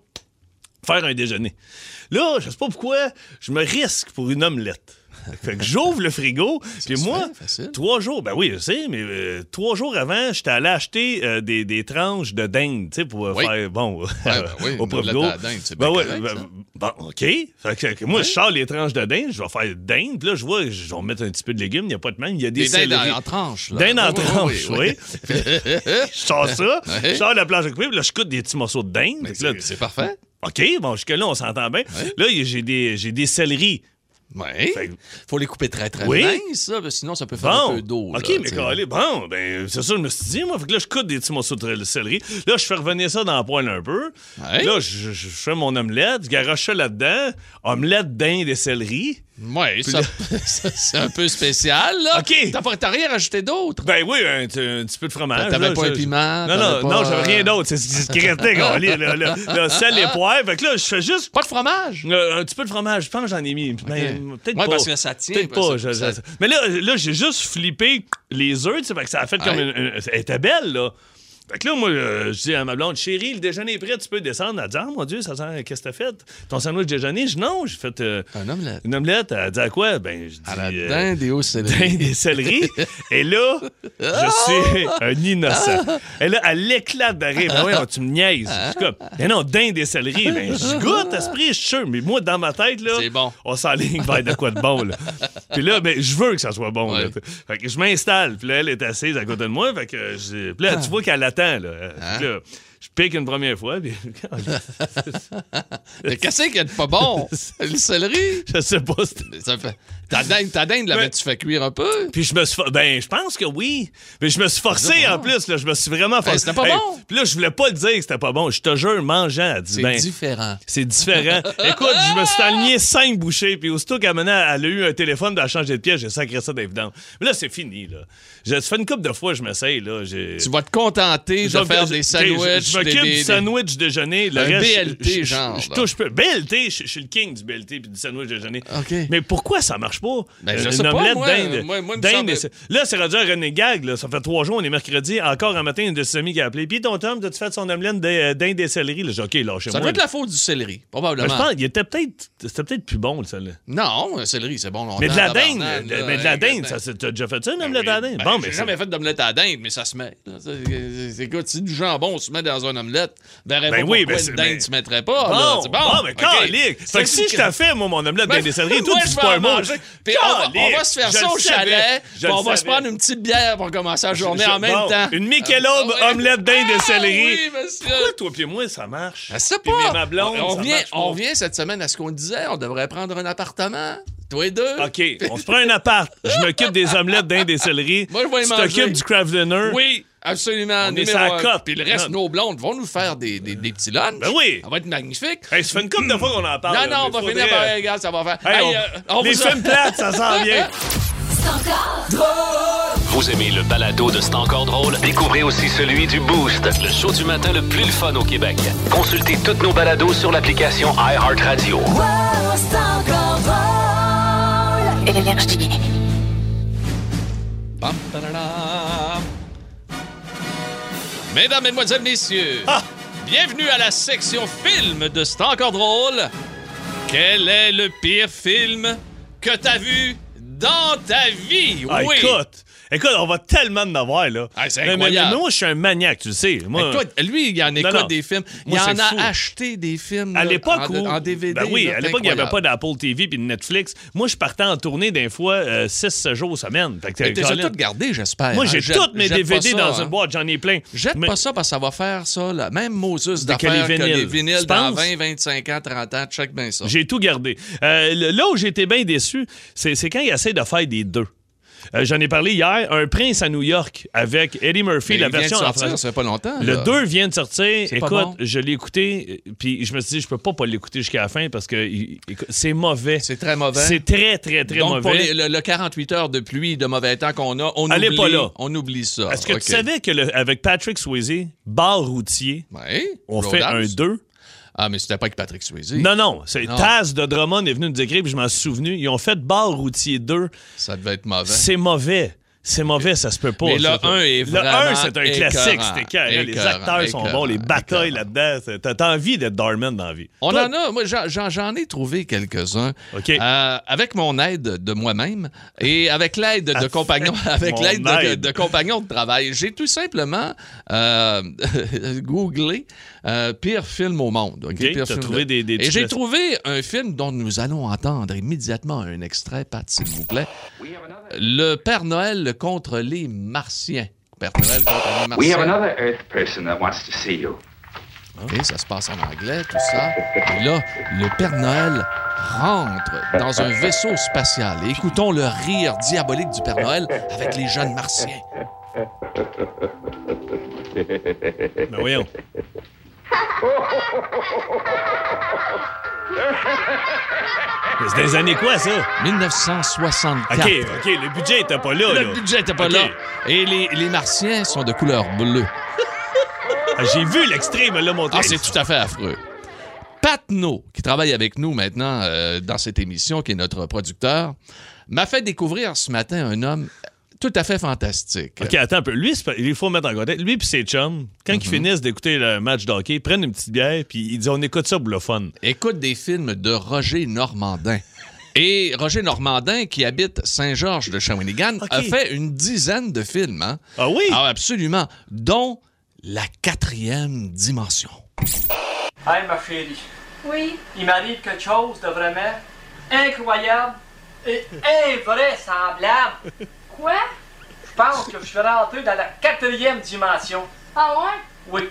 [SPEAKER 3] faire un déjeuner. Là, je sais pas pourquoi, je me risque pour une omelette. Fait que j'ouvre le frigo, puis
[SPEAKER 2] se
[SPEAKER 3] moi,
[SPEAKER 2] fait, facile.
[SPEAKER 3] trois jours, ben oui, je sais, mais euh, trois jours avant, j'étais allé acheter euh, des, des tranches de dinde, tu sais, pour euh,
[SPEAKER 2] Oui.
[SPEAKER 3] faire, bon,
[SPEAKER 2] ben oui, une
[SPEAKER 3] au Provigo.
[SPEAKER 2] omelette à la dinde, c'est
[SPEAKER 3] Ben
[SPEAKER 2] bien
[SPEAKER 3] oui,
[SPEAKER 2] correct,
[SPEAKER 3] ben,
[SPEAKER 2] ça.
[SPEAKER 3] Bon, OK. Fait que, que moi, je sors les tranches de dinde, je vais faire dinde. Puis Là, je vois, je vais mettre un petit peu de légumes, il n'y a pas de même. Il y a des,
[SPEAKER 2] Des dindes
[SPEAKER 3] céleri.
[SPEAKER 2] en- en tranches, là.
[SPEAKER 3] Dindes en
[SPEAKER 2] Oui, oui,
[SPEAKER 3] tranches,
[SPEAKER 2] oui,
[SPEAKER 3] oui.
[SPEAKER 2] oui.
[SPEAKER 3] je sors ça,
[SPEAKER 2] Ouais. Ben,
[SPEAKER 3] je sors la planche à couper, puis là, je coupe des petits morceaux de dinde. Fait que là,
[SPEAKER 2] C'est c'est parfait.
[SPEAKER 3] OK, bon, jusque-là, on s'entend bien. Là, il y a- j'ai des, j'ai des céleris.
[SPEAKER 2] Oui.
[SPEAKER 3] Fait que-
[SPEAKER 2] Faut les couper très, très
[SPEAKER 3] Oui.
[SPEAKER 2] minces, ça, parce que sinon, ça peut faire
[SPEAKER 3] Bon.
[SPEAKER 2] un peu d'eau.
[SPEAKER 3] OK,
[SPEAKER 2] là,
[SPEAKER 3] mais
[SPEAKER 2] t'sais.
[SPEAKER 3] calé, bon, ben, c'est ça, je me suis dit, moi. Fait que là, je coupe des petits morceaux de céleri. Là, je fais revenir ça dans la poêle un peu.
[SPEAKER 2] Ouais.
[SPEAKER 3] Là, je, je- je fais mon omelette, je garoche ça là-dedans. Omelette, dinde et céleri.
[SPEAKER 2] Oui, ça, ça, c'est un peu spécial, là.
[SPEAKER 3] OK.
[SPEAKER 2] T'as pas- T'as rien rajouté d'autre.
[SPEAKER 3] Ben oui, un, t- un petit peu de fromage.
[SPEAKER 2] T'avais
[SPEAKER 3] là,
[SPEAKER 2] pas un
[SPEAKER 3] je-
[SPEAKER 2] piment,
[SPEAKER 3] Non,
[SPEAKER 2] t'avais
[SPEAKER 3] non,
[SPEAKER 2] pas,
[SPEAKER 3] non, j'avais
[SPEAKER 2] euh,
[SPEAKER 3] rien d'autre. C'est c'est ce qui restait, gars. Le, le- le sel et poivre. Fait que là, je fais juste.
[SPEAKER 2] Pas de fromage.
[SPEAKER 3] euh, un petit peu de fromage, je pense que j'en ai mis. Ben, Peut-être
[SPEAKER 2] Ouais,
[SPEAKER 3] pas.
[SPEAKER 2] parce que ça tient,
[SPEAKER 3] Peut-être
[SPEAKER 2] parce
[SPEAKER 3] pas.
[SPEAKER 2] que
[SPEAKER 3] je-
[SPEAKER 2] ça-
[SPEAKER 3] je- Mais là, là j'ai juste flippé les œufs, tu sais, fait que ça a fait comme
[SPEAKER 2] Ouais.
[SPEAKER 3] une, une- Elle était belle, là. Fait que là, moi, euh, je dis à ma blonde, chérie, le déjeuner est prêt, tu peux descendre. Elle dit, ah, mon Dieu, ça sent, qu'est-ce que t'as fait? Ton sandwich déjeuner? Je dis, non, j'ai fait euh,
[SPEAKER 2] Un omelette.
[SPEAKER 3] une omelette. Elle dit, à quoi? Ben, je dis.
[SPEAKER 2] À la
[SPEAKER 3] euh,
[SPEAKER 2] dinde et au céleri.
[SPEAKER 3] pain des céleris. Et là, je suis un innocent. Et là, elle éclate de rire.
[SPEAKER 2] Ah.
[SPEAKER 3] Ben voyons, tu me niaises. Je suis comme, mais non, dingue des céleris. Ben, je goûte à ce prix, je suis sûr. Mais moi, dans ma tête, là,
[SPEAKER 2] Ah. C'est bon.
[SPEAKER 3] on s'enligne vers de quoi de bon. Là. Puis là, ben, je veux que ça soit bon. là.
[SPEAKER 2] Ouais.
[SPEAKER 3] Fait que je m'installe. Puis là, elle est assise à côté de moi. Fait que je- puis là,
[SPEAKER 2] Ah.
[SPEAKER 3] tu vois qu'elle attend. Là. Puis là, je pique une première fois. Puis...
[SPEAKER 2] Mais qu'est-ce qu'il y a de pas bon? le céleri.
[SPEAKER 3] je sais pas. si-
[SPEAKER 2] Mais Ça fait... Ta dinde, ta dinde, l'avais-tu fait cuire un peu?
[SPEAKER 3] Puis je me suis for- ben je pense que oui, mais je me suis forcé en plus là, je me suis vraiment forcé.
[SPEAKER 2] Ben, c'était pas bon.
[SPEAKER 3] Puis là je voulais pas le dire que c'était pas bon, je te jure mangeant, elle dit,
[SPEAKER 2] C'est
[SPEAKER 3] ben
[SPEAKER 2] différent.
[SPEAKER 3] c'est différent. Écoute, je me suis aligné cinq bouchées puis aussitôt qu'elle menait, elle a eu un téléphone puis elle a changé de pièce, j'ai sacré ça d'évidence. Mais là c'est fini là. J'ai fait une couple de fois je m'essaye là, j'ai
[SPEAKER 2] Tu vas te contenter
[SPEAKER 3] Je
[SPEAKER 2] de
[SPEAKER 3] vais-
[SPEAKER 2] faire des
[SPEAKER 3] je-
[SPEAKER 2] sandwichs. des-
[SPEAKER 3] Je m'occupe
[SPEAKER 2] des-
[SPEAKER 3] du
[SPEAKER 2] des-
[SPEAKER 3] sandwich déjeuner. Le
[SPEAKER 2] Un
[SPEAKER 3] reste,
[SPEAKER 2] BLT
[SPEAKER 3] je- je-
[SPEAKER 2] genre,
[SPEAKER 3] Je,
[SPEAKER 2] là.
[SPEAKER 3] touche pas. BLT, je, je suis le king du BLT puis du sandwich déjeuner.
[SPEAKER 2] OK.
[SPEAKER 3] Mais pourquoi ça marche pas?
[SPEAKER 2] Ben, je
[SPEAKER 3] Euh,
[SPEAKER 2] sais
[SPEAKER 3] une
[SPEAKER 2] pas,
[SPEAKER 3] omelette
[SPEAKER 2] moi,
[SPEAKER 3] d'Inde.
[SPEAKER 2] moi- moi, il me
[SPEAKER 3] D'Inde,
[SPEAKER 2] semble-
[SPEAKER 3] c'est- Là, c'est rendu un René Gag. Là. Ça fait trois jours, on est mercredi. Encore un matin, une de ses amies qui a appelé. Puis ton Tom, as-tu fait son omelette de- euh, d'Inde et céleri? Là, j'ai dit, OK, lâchez-moi.
[SPEAKER 2] Ça doit être
[SPEAKER 3] là.
[SPEAKER 2] la faute du céleri,
[SPEAKER 3] Ben, je
[SPEAKER 2] probablement.
[SPEAKER 3] pense, il était peut-être, c'était peut-être plus bon, ça, là.
[SPEAKER 2] Non, un céleri, c'est bon longtemps.
[SPEAKER 3] Mais de la
[SPEAKER 2] tabarnak,
[SPEAKER 3] dinde,
[SPEAKER 2] là,
[SPEAKER 3] le- mais de
[SPEAKER 2] hein,
[SPEAKER 3] la dinde, ça, c'est- t'as déjà fait ça, une omelette à la dinde?
[SPEAKER 2] Ben,
[SPEAKER 3] Bon, mais
[SPEAKER 2] j'ai
[SPEAKER 3] ça-
[SPEAKER 2] jamais fait d'omelette à la dinde, mais ça se met. là. C'est- c'est- c'est- Écoute, si du jambon se met dans une omelette, verrais
[SPEAKER 3] Ben
[SPEAKER 2] pas
[SPEAKER 3] oui,
[SPEAKER 2] pourquoi
[SPEAKER 3] ben
[SPEAKER 2] une
[SPEAKER 3] c'est-
[SPEAKER 2] dinde
[SPEAKER 3] ben-
[SPEAKER 2] tu mettrais pas. Oh, là.
[SPEAKER 3] Bon,
[SPEAKER 2] C'est
[SPEAKER 3] bon, mais
[SPEAKER 2] OK.
[SPEAKER 3] calique. Fait que si je t'ai fait, moi, mon omelette
[SPEAKER 2] Ben,
[SPEAKER 3] ben, des céleris, toi,
[SPEAKER 2] ouais,
[SPEAKER 3] tu
[SPEAKER 2] je
[SPEAKER 3] dis
[SPEAKER 2] vais
[SPEAKER 3] pas un
[SPEAKER 2] en
[SPEAKER 3] mot.
[SPEAKER 2] manger. Puis on, va- on va se faire
[SPEAKER 3] Je
[SPEAKER 2] ça
[SPEAKER 3] le
[SPEAKER 2] au
[SPEAKER 3] savais.
[SPEAKER 2] chalet,
[SPEAKER 3] Je
[SPEAKER 2] puis
[SPEAKER 3] le
[SPEAKER 2] on va se
[SPEAKER 3] savais.
[SPEAKER 2] prendre une petite bière pour commencer la journée
[SPEAKER 3] Je-
[SPEAKER 2] en même
[SPEAKER 3] bon,
[SPEAKER 2] temps.
[SPEAKER 3] Une Michelob
[SPEAKER 2] Ah, ouais.
[SPEAKER 3] omelette d'Inde
[SPEAKER 2] Ah,
[SPEAKER 3] et céleri.
[SPEAKER 2] oui, monsieur.
[SPEAKER 3] Pourquoi toi puis moi, ça marche?
[SPEAKER 2] Je sais
[SPEAKER 3] Puis
[SPEAKER 2] Ben, pas.
[SPEAKER 3] mes- ma blonde,
[SPEAKER 2] on,
[SPEAKER 3] ça
[SPEAKER 2] revient,
[SPEAKER 3] marche pas.
[SPEAKER 2] on revient cette semaine à ce qu'on disait, on devrait prendre un appartement, toi et deux.
[SPEAKER 3] OK, on se prend un appart. Je m'occupe des omelettes d'Inde et céleri.
[SPEAKER 2] Moi, je vais y
[SPEAKER 3] Tu
[SPEAKER 2] manger.
[SPEAKER 3] t'occupes du craft dinner.
[SPEAKER 2] Oui, absolument.
[SPEAKER 3] On est
[SPEAKER 2] numéro
[SPEAKER 3] sur la
[SPEAKER 2] un.
[SPEAKER 3] cote.
[SPEAKER 2] Puis le reste,
[SPEAKER 3] Non.
[SPEAKER 2] nos blondes vont nous faire des, des, des petits lunchs.
[SPEAKER 3] Ben oui.
[SPEAKER 2] Ça va être magnifique.
[SPEAKER 3] Hey, ça fait une couple de fois qu'on en parle.
[SPEAKER 2] non,
[SPEAKER 3] là,
[SPEAKER 2] non, on
[SPEAKER 3] mais
[SPEAKER 2] va
[SPEAKER 3] faudrait-
[SPEAKER 2] finir par... Hey, regarde, ça va faire...
[SPEAKER 3] Hey,
[SPEAKER 2] Hey,
[SPEAKER 3] on-
[SPEAKER 2] euh, on
[SPEAKER 3] les
[SPEAKER 2] vous a-
[SPEAKER 3] films plates, ça s'en vient.
[SPEAKER 1] Vous aimez le balado de C'est encore drôle? Découvrez aussi celui du Boost, le show du matin le plus le fun au Québec. Consultez toutes nos balados sur l'application iHeartRadio.
[SPEAKER 5] Énergie.
[SPEAKER 2] Pam, tadadam, Mesdames, Mesdemoiselles, Messieurs,
[SPEAKER 3] Ah!
[SPEAKER 2] bienvenue à la section film de C'est encore drôle. Quel est le pire film que t'as vu dans ta vie?
[SPEAKER 3] Ah,
[SPEAKER 2] oui!
[SPEAKER 3] Écoute, écoute, on va tellement en avoir, là.
[SPEAKER 2] Ah, c'est
[SPEAKER 3] Mais- mais-
[SPEAKER 2] incroyable.
[SPEAKER 3] mais moi, je suis un maniaque, tu le sais. Moi,
[SPEAKER 2] Mais toi, lui, il en écoute
[SPEAKER 3] non.
[SPEAKER 2] des films. Il
[SPEAKER 3] Moi,
[SPEAKER 2] en
[SPEAKER 3] c'est
[SPEAKER 2] a
[SPEAKER 3] fou.
[SPEAKER 2] acheté des films
[SPEAKER 3] à
[SPEAKER 2] là,
[SPEAKER 3] l'époque
[SPEAKER 2] en,
[SPEAKER 3] où-
[SPEAKER 2] en DVD.
[SPEAKER 3] ben oui,
[SPEAKER 2] là,
[SPEAKER 3] à l'époque, il n'y avait pas
[SPEAKER 2] incroyable.
[SPEAKER 3] d'Apple TV puis de Netflix. Moi, je partais en tournée d'un fois euh, six jours semaine. Fait que,
[SPEAKER 2] Mais t'es
[SPEAKER 3] Colin,
[SPEAKER 2] tout gardé, j'espère.
[SPEAKER 3] Moi,
[SPEAKER 2] hein.
[SPEAKER 3] j'ai
[SPEAKER 2] Jette-
[SPEAKER 3] tous mes
[SPEAKER 2] jette pas
[SPEAKER 3] DVD
[SPEAKER 2] ça,
[SPEAKER 3] dans
[SPEAKER 2] hein.
[SPEAKER 3] une boîte, j'en ai plein.
[SPEAKER 2] Jette
[SPEAKER 3] Mais-
[SPEAKER 2] pas ça parce que ça va faire ça, là. Même Moses
[SPEAKER 3] que
[SPEAKER 2] d'affaires
[SPEAKER 3] les
[SPEAKER 2] que les
[SPEAKER 3] vinyles.
[SPEAKER 2] vinyles
[SPEAKER 3] Tu
[SPEAKER 2] dans
[SPEAKER 3] penses?
[SPEAKER 2] 20, 25 ans, 30 ans, check bien ça.
[SPEAKER 3] J'ai tout gardé. Euh, le- là où j'étais bien déçu, c'est c'est quand il essaie de faire des deux. Euh, J'en ai parlé hier, Un prince à New York avec Eddie Murphy,
[SPEAKER 2] Mais
[SPEAKER 3] la
[SPEAKER 2] il vient de
[SPEAKER 3] version en
[SPEAKER 2] sortir,
[SPEAKER 3] français.
[SPEAKER 2] ça fait pas longtemps.
[SPEAKER 3] Le
[SPEAKER 2] là.
[SPEAKER 3] 2 vient de sortir.
[SPEAKER 2] C'est pas
[SPEAKER 3] Écoute,
[SPEAKER 2] bon.
[SPEAKER 3] je l'ai écouté, euh, puis je me suis dit, je peux pas pas l'écouter jusqu'à la fin parce que il- écoute, c'est mauvais.
[SPEAKER 2] C'est très mauvais.
[SPEAKER 3] C'est très, très, très
[SPEAKER 2] Donc, pour
[SPEAKER 3] mauvais.
[SPEAKER 2] les- le, le 48 heures de pluie, de mauvais temps qu'on a, on
[SPEAKER 3] Allez
[SPEAKER 2] oublie,
[SPEAKER 3] pas là.
[SPEAKER 2] on oublie ça.
[SPEAKER 3] Est-ce que
[SPEAKER 2] Ah, Ok.
[SPEAKER 3] tu savais que le- avec Patrick Swayze, bar routier,
[SPEAKER 2] Ouais.
[SPEAKER 3] on
[SPEAKER 2] Road
[SPEAKER 3] fait
[SPEAKER 2] House.
[SPEAKER 3] un 2?
[SPEAKER 2] Ah, mais c'était pas avec Patrick Swayze.
[SPEAKER 3] Non, non. C'est
[SPEAKER 2] Non.
[SPEAKER 3] Taz de Drummond est venu nous écrire, puis je m'en suis souvenu. Ils ont fait bar routier 2.
[SPEAKER 2] Ça devait être mauvais.
[SPEAKER 3] C'est mauvais. C'est mauvais, ça se peut pas.
[SPEAKER 2] Mais le
[SPEAKER 3] ça.
[SPEAKER 2] un est
[SPEAKER 3] Le
[SPEAKER 2] vraiment
[SPEAKER 3] 1, c'est un
[SPEAKER 2] écœurant,
[SPEAKER 3] classique. C'était carré. Les
[SPEAKER 2] écœurant,
[SPEAKER 3] acteurs sont
[SPEAKER 2] écœurant,
[SPEAKER 3] bons. Les batailles
[SPEAKER 2] écœurant.
[SPEAKER 3] là-dedans. c'est- T'as t'as envie d'être Darman dans la vie.
[SPEAKER 2] On
[SPEAKER 3] Toi,
[SPEAKER 2] en a, moi j'en- j'en j'en ai trouvé quelques-uns.
[SPEAKER 3] OK.
[SPEAKER 2] Euh, avec mon aide de moi-même et avec l'aide de
[SPEAKER 3] Avec
[SPEAKER 2] compagnons, avec
[SPEAKER 3] mon
[SPEAKER 2] l'aide de, de-
[SPEAKER 3] aide.
[SPEAKER 2] de compagnons de travail, j'ai tout simplement euh, googlé euh, pire film au monde. OK,
[SPEAKER 3] OK,
[SPEAKER 2] Pire
[SPEAKER 3] t'as
[SPEAKER 2] film
[SPEAKER 3] trouvé
[SPEAKER 2] de-
[SPEAKER 3] des- des
[SPEAKER 2] Et
[SPEAKER 3] petites
[SPEAKER 2] j'ai
[SPEAKER 3] restes.
[SPEAKER 2] trouvé un film dont nous allons entendre immédiatement un extrait, Pat, s'il vous plaît. Le Père Noël contre les Martiens. Père Noël contre les Martiens.
[SPEAKER 6] We have another Earth person that wants to see you.
[SPEAKER 2] Et ça se passe en anglais, tout ça. Et là, le Père Noël rentre dans un vaisseau spatial. Et écoutons le rire diabolique du Père Noël avec les jeunes martiens.
[SPEAKER 3] Mais Ben voyons. Mais c'est des années quoi, ça?
[SPEAKER 2] 1964.
[SPEAKER 3] OK, OK, le budget était pas là.
[SPEAKER 2] Le
[SPEAKER 3] là.
[SPEAKER 2] budget n'était pas
[SPEAKER 3] OK.
[SPEAKER 2] là. Et les, les martiens sont de couleur bleue.
[SPEAKER 3] Ah, J'ai vu l'extrait, il me l'a montré.
[SPEAKER 2] Ah, c'est tout à fait affreux. Patno, qui travaille avec nous maintenant euh, dans cette émission, qui est notre producteur, m'a fait découvrir ce matin un homme tout à fait fantastique.
[SPEAKER 3] OK, attends un peu. Lui, c'est pas- il faut mettre en contexte. Lui puis ses chums, quand
[SPEAKER 2] Mm-hmm.
[SPEAKER 3] ils finissent d'écouter le match d'hockey, ils prennent une petite bière puis ils disent on écoute ça pour le fun.
[SPEAKER 2] écoute des films de Roger Normandin. Et Roger Normandin, qui habite Saint-Georges de Shawinigan,
[SPEAKER 3] Ok.
[SPEAKER 2] a fait une dizaine de films. hein.
[SPEAKER 3] Ah oui?
[SPEAKER 2] Ah, absolument. Dont La quatrième dimension.
[SPEAKER 7] Hey, ma chérie,
[SPEAKER 8] Oui,
[SPEAKER 7] il m'arrive quelque chose de vraiment incroyable et invraisemblable.
[SPEAKER 8] quoi?
[SPEAKER 7] Je pense que je vais rentrer dans la quatrième dimension.
[SPEAKER 8] Ah ouais?
[SPEAKER 7] Oui.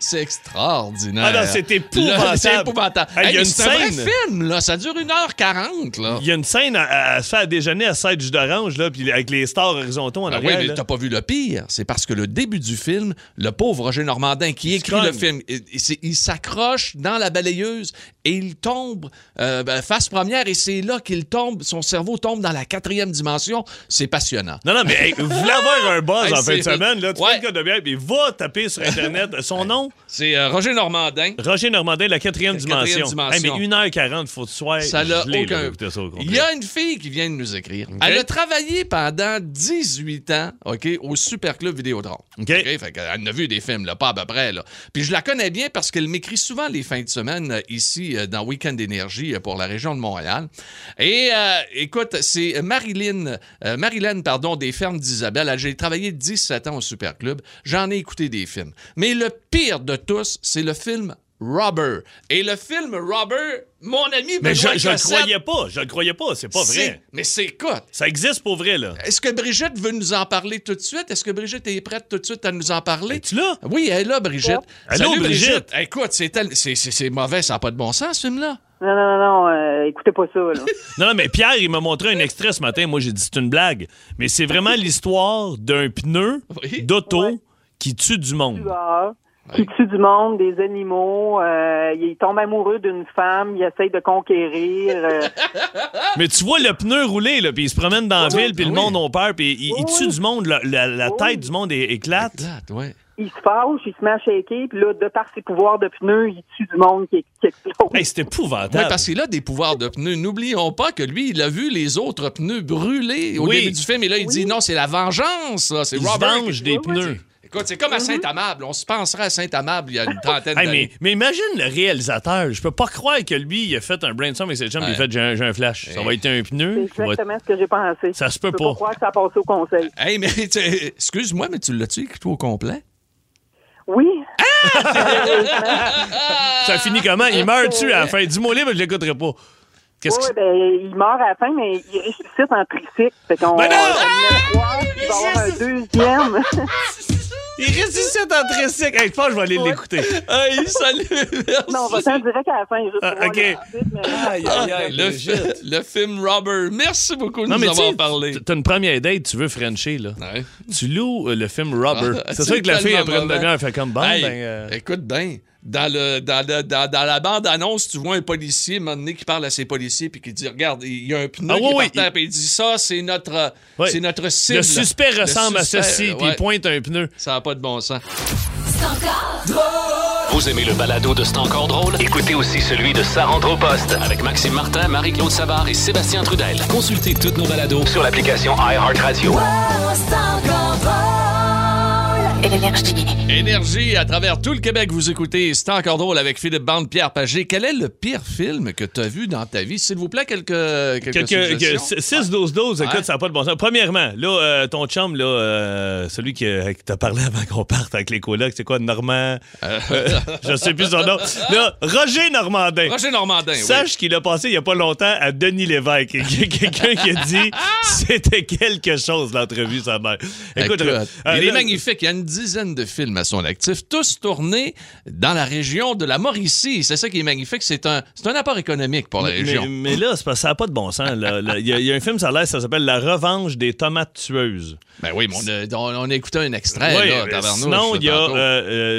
[SPEAKER 2] C'est extraordinaire.
[SPEAKER 3] Ah non, c'est épouvantable.
[SPEAKER 2] Le- C'est épouvantable.
[SPEAKER 3] Hey, il y a
[SPEAKER 2] Hey,
[SPEAKER 3] une
[SPEAKER 2] c'est un vrai
[SPEAKER 3] scène.
[SPEAKER 2] film, là. Ça dure 1h40, là.
[SPEAKER 3] Il y a une scène à, à- à se faire déjeuner à 7 jus d'orange, là, puis avec les stars horizontaux en
[SPEAKER 2] Ah oui,
[SPEAKER 3] arrière.
[SPEAKER 2] mais
[SPEAKER 3] là.
[SPEAKER 2] t'as pas vu le pire. C'est parce que le début du film, le pauvre Roger Normandin qui écrit
[SPEAKER 3] cogne.
[SPEAKER 2] le film, il, il s'est- il s'accroche dans la balayeuse et il tombe euh, ben, face première et c'est là qu'il tombe, son cerveau tombe dans la quatrième dimension. C'est passionnant.
[SPEAKER 3] Non, non, mais hey, vous voulez avoir un buzz
[SPEAKER 2] Hey,
[SPEAKER 3] en fin de
[SPEAKER 2] Ah, c'est-
[SPEAKER 3] semaine, là, tu
[SPEAKER 2] Ouais.
[SPEAKER 3] prends une cote de bière, puis va taper sur Internet son nom,
[SPEAKER 2] C'est euh, Roger Normandin.
[SPEAKER 3] Roger Normandin, la quatrième
[SPEAKER 2] La quatrième
[SPEAKER 3] dimension.
[SPEAKER 2] dimension.
[SPEAKER 3] Hey, mais 1h40, faut que tu sois
[SPEAKER 2] Ça n'a
[SPEAKER 3] gelé, là,
[SPEAKER 2] aucun.
[SPEAKER 3] d'écouter ça au complet.
[SPEAKER 2] Il y a une fille qui vient de nous écrire. Elle a travaillé pendant 18 ans, OK, au Super Club Vidéotron.
[SPEAKER 3] OK.
[SPEAKER 2] Fait qu'elle en a vu des films, là, pas à peu près, là. Puis je la connais bien parce qu'elle m'écrit souvent les fins de semaine euh, ici euh, dans Weekend Énergie euh, pour la région de Montréal. Et euh, écoute, c'est Marilyn, euh, Marilyn, pardon, des fermes d'Isabelle. Elle- J'ai travaillé 17 ans au Super Club. J'en ai écouté des films. Mais le pire de tous, c'est le film Robber. Et le film Robber, mon ami
[SPEAKER 3] Mais je,
[SPEAKER 2] Benoît
[SPEAKER 3] je le
[SPEAKER 2] Cossette,
[SPEAKER 3] croyais pas, je le croyais pas, c'est pas
[SPEAKER 2] c'est-
[SPEAKER 3] vrai.
[SPEAKER 2] Mais c'est écoute.
[SPEAKER 3] Ça existe pour vrai, là.
[SPEAKER 2] Est-ce que Brigitte veut nous en parler tout de suite? Est-ce que Brigitte est prête tout de suite à nous en parler?
[SPEAKER 3] Ben, Es-tu là?
[SPEAKER 2] Oui, elle est là, Brigitte.
[SPEAKER 3] Allô,
[SPEAKER 2] Salut,
[SPEAKER 3] Brigitte.
[SPEAKER 2] Écoute, c'est tel- c'est- c'est- c'est mauvais, ça n'a pas de bon sens, ce film-là.
[SPEAKER 9] Non, non, non, non, euh, écoutez pas ça, là.
[SPEAKER 3] Non, non, mais Pierre, il m'a montré un extrait ce matin. Moi, j'ai dit c'est une blague. Mais c'est vraiment l'histoire d'un pneu
[SPEAKER 2] Oui.
[SPEAKER 3] d'auto
[SPEAKER 9] Ouais.
[SPEAKER 3] qui tue du monde.
[SPEAKER 10] Ah.
[SPEAKER 9] Tueur, qui tue du monde, des animaux, euh, il tombe amoureux d'une femme, il essaye de conquérir. euh,
[SPEAKER 3] Mais tu vois le pneu rouler, là, puis il se promène dans la ville, puis le
[SPEAKER 2] Ah oui.
[SPEAKER 3] monde a peur, puis il, il
[SPEAKER 9] Oui,
[SPEAKER 3] tue
[SPEAKER 9] oui.
[SPEAKER 3] du monde, la, la- la
[SPEAKER 9] Oui.
[SPEAKER 3] tête du monde é- éclate.
[SPEAKER 2] Plate, ouais.
[SPEAKER 9] il se fâche, il se met à shaker, puis là, de par ses pouvoirs de pneus, il tue du monde qui, qui explose.
[SPEAKER 3] Hey, c'est
[SPEAKER 2] Oui,
[SPEAKER 3] épouvantable.
[SPEAKER 2] parce qu'il a des pouvoirs de pneus. N'oublions pas que lui, il a vu les autres pneus brûlés au
[SPEAKER 3] Oui.
[SPEAKER 2] début du film. Et là, il dit non, c'est la vengeance, ça. C'est
[SPEAKER 3] il se
[SPEAKER 2] Robert.
[SPEAKER 3] venge des
[SPEAKER 9] Oui, oui.
[SPEAKER 3] pneus.
[SPEAKER 2] Écoute, c'est
[SPEAKER 3] Mhm.
[SPEAKER 2] comme à Saint-Amable. On se penserait à Saint-Amable il y a une trentaine
[SPEAKER 3] Hey,
[SPEAKER 2] d'années.
[SPEAKER 3] mais, mais imagine le réalisateur. Je peux pas croire que lui, il a fait un brainstorm avec ses chums et il
[SPEAKER 2] Ouais.
[SPEAKER 3] a fait j'ai un, j'ai un flash. Ça
[SPEAKER 2] Hey.
[SPEAKER 3] va être un
[SPEAKER 9] C'est
[SPEAKER 3] pneu. ça va être-
[SPEAKER 9] exactement ce que j'ai pensé.
[SPEAKER 3] Ça se
[SPEAKER 9] Je
[SPEAKER 3] peut
[SPEAKER 9] peux
[SPEAKER 3] pas.
[SPEAKER 9] pas croire que ça a passé au conseil.
[SPEAKER 2] Hey, mais tu- excuse-moi, mais tu l'as-tu écrit au complet?
[SPEAKER 9] Oui,
[SPEAKER 3] Ça finit comment? Il meurt-tu à la fin? Dis-moi libre, je l'écouterai pas. Qu'est-ce
[SPEAKER 9] Ouais,
[SPEAKER 3] que.
[SPEAKER 9] ben, il meurt à la fin, mais il ressuscite en tricycle. Fait qu'on
[SPEAKER 3] Ben Ah, non!
[SPEAKER 9] on le croit, il va y avoir un deuxième.
[SPEAKER 3] Il ressuscite en tricycle. Hey, je pense que je vais aller l'écouter.
[SPEAKER 2] Hey, salut! merci.
[SPEAKER 9] non, on va s'en direct à la fin. Juste pour
[SPEAKER 3] Ah,
[SPEAKER 9] voir
[SPEAKER 3] ok.
[SPEAKER 9] le tricycle, mais-
[SPEAKER 11] Ah,
[SPEAKER 2] Ah, le, fi- le film Robert. Merci beaucoup de nous
[SPEAKER 3] tu sais,
[SPEAKER 2] avoir parlé.
[SPEAKER 3] t- t'as une première date, tu veux Frencher, là.
[SPEAKER 2] Ouais.
[SPEAKER 3] Tu loues euh, le film Robber.
[SPEAKER 2] Ah,
[SPEAKER 3] c'est sûr que la fille,
[SPEAKER 2] tellement
[SPEAKER 3] après une
[SPEAKER 2] mauvais.
[SPEAKER 3] demi-heure, elle fait comme bon,
[SPEAKER 2] Hey,
[SPEAKER 3] ben. euh,
[SPEAKER 2] Écoute bien, dans, le, dans, le- dans, dans la bande-annonce, tu vois un policier, un moment donné, qui parle à ses policiers puis qui dit Regarde, il y a un pneu
[SPEAKER 3] Ah
[SPEAKER 2] qui
[SPEAKER 3] oui,
[SPEAKER 2] est
[SPEAKER 3] oui,
[SPEAKER 2] par terre. Puis il dit Ça, c'est notre,
[SPEAKER 3] Ouais.
[SPEAKER 2] c'est notre cible.
[SPEAKER 3] Le suspect
[SPEAKER 2] Le
[SPEAKER 3] ressemble à
[SPEAKER 2] suspect,
[SPEAKER 3] ceci,
[SPEAKER 2] euh,
[SPEAKER 3] puis
[SPEAKER 2] ouais.
[SPEAKER 3] il pointe un pneu.
[SPEAKER 2] Ça n'a pas de bon sens.
[SPEAKER 1] Vous aimez le balado de C'est encore drôle? Écoutez aussi celui de Sa rentre au poste avec Maxime Martin, Marie-Claude Savard et Sébastien Trudel. Consultez tous nos balados sur l'application iHeartRadio.
[SPEAKER 2] Énergie à travers tout le Québec, vous écoutez C'est encore drôle avec Philippe Bande, Pierre Pagé. Quel est le pire film que tu as vu dans ta vie? S'il vous plaît, quelques, quelques,
[SPEAKER 3] Quelque- que-
[SPEAKER 2] suggestions.
[SPEAKER 3] 6-12-12,
[SPEAKER 2] Ouais.
[SPEAKER 3] écoute, ça n'a pas de bon sens. Premièrement, là, euh, ton chum, là, euh, celui qui, euh, qui t'a parlé avant qu'on parte avec les colocs, c'est quoi, Normand? Euh, je sais plus son nom. Là, Roger Normandin.
[SPEAKER 2] Roger Normandin. oui.
[SPEAKER 3] Sache qu'il a passé il n'y a pas longtemps à Denis Lévesque. Il y a Quelqu'un qui a dit c'était quelque chose l'entrevue, sa mère.
[SPEAKER 2] Écoute,
[SPEAKER 3] Écoute, euh,
[SPEAKER 2] il est
[SPEAKER 3] là-
[SPEAKER 2] magnifique. Il y a une dizaine de films à son actif, tous tournés dans la région de la Mauricie. C'est ça qui est magnifique. C'est un, c'est un apport économique pour la
[SPEAKER 3] Mais,
[SPEAKER 2] région.
[SPEAKER 3] mais là, c'est parce que ça n'a pas de bon sens. là. Là, Il y, a- il y a un film, ça a l'air, ça s'appelle La revanche des tomates tueuses.
[SPEAKER 2] ben oui, mais on a, on- on a écouté un extrait,
[SPEAKER 3] Ouais,
[SPEAKER 2] là,
[SPEAKER 3] euh,
[SPEAKER 2] tabarnouche,
[SPEAKER 3] sinon, il y a
[SPEAKER 2] tantôt.
[SPEAKER 3] euh,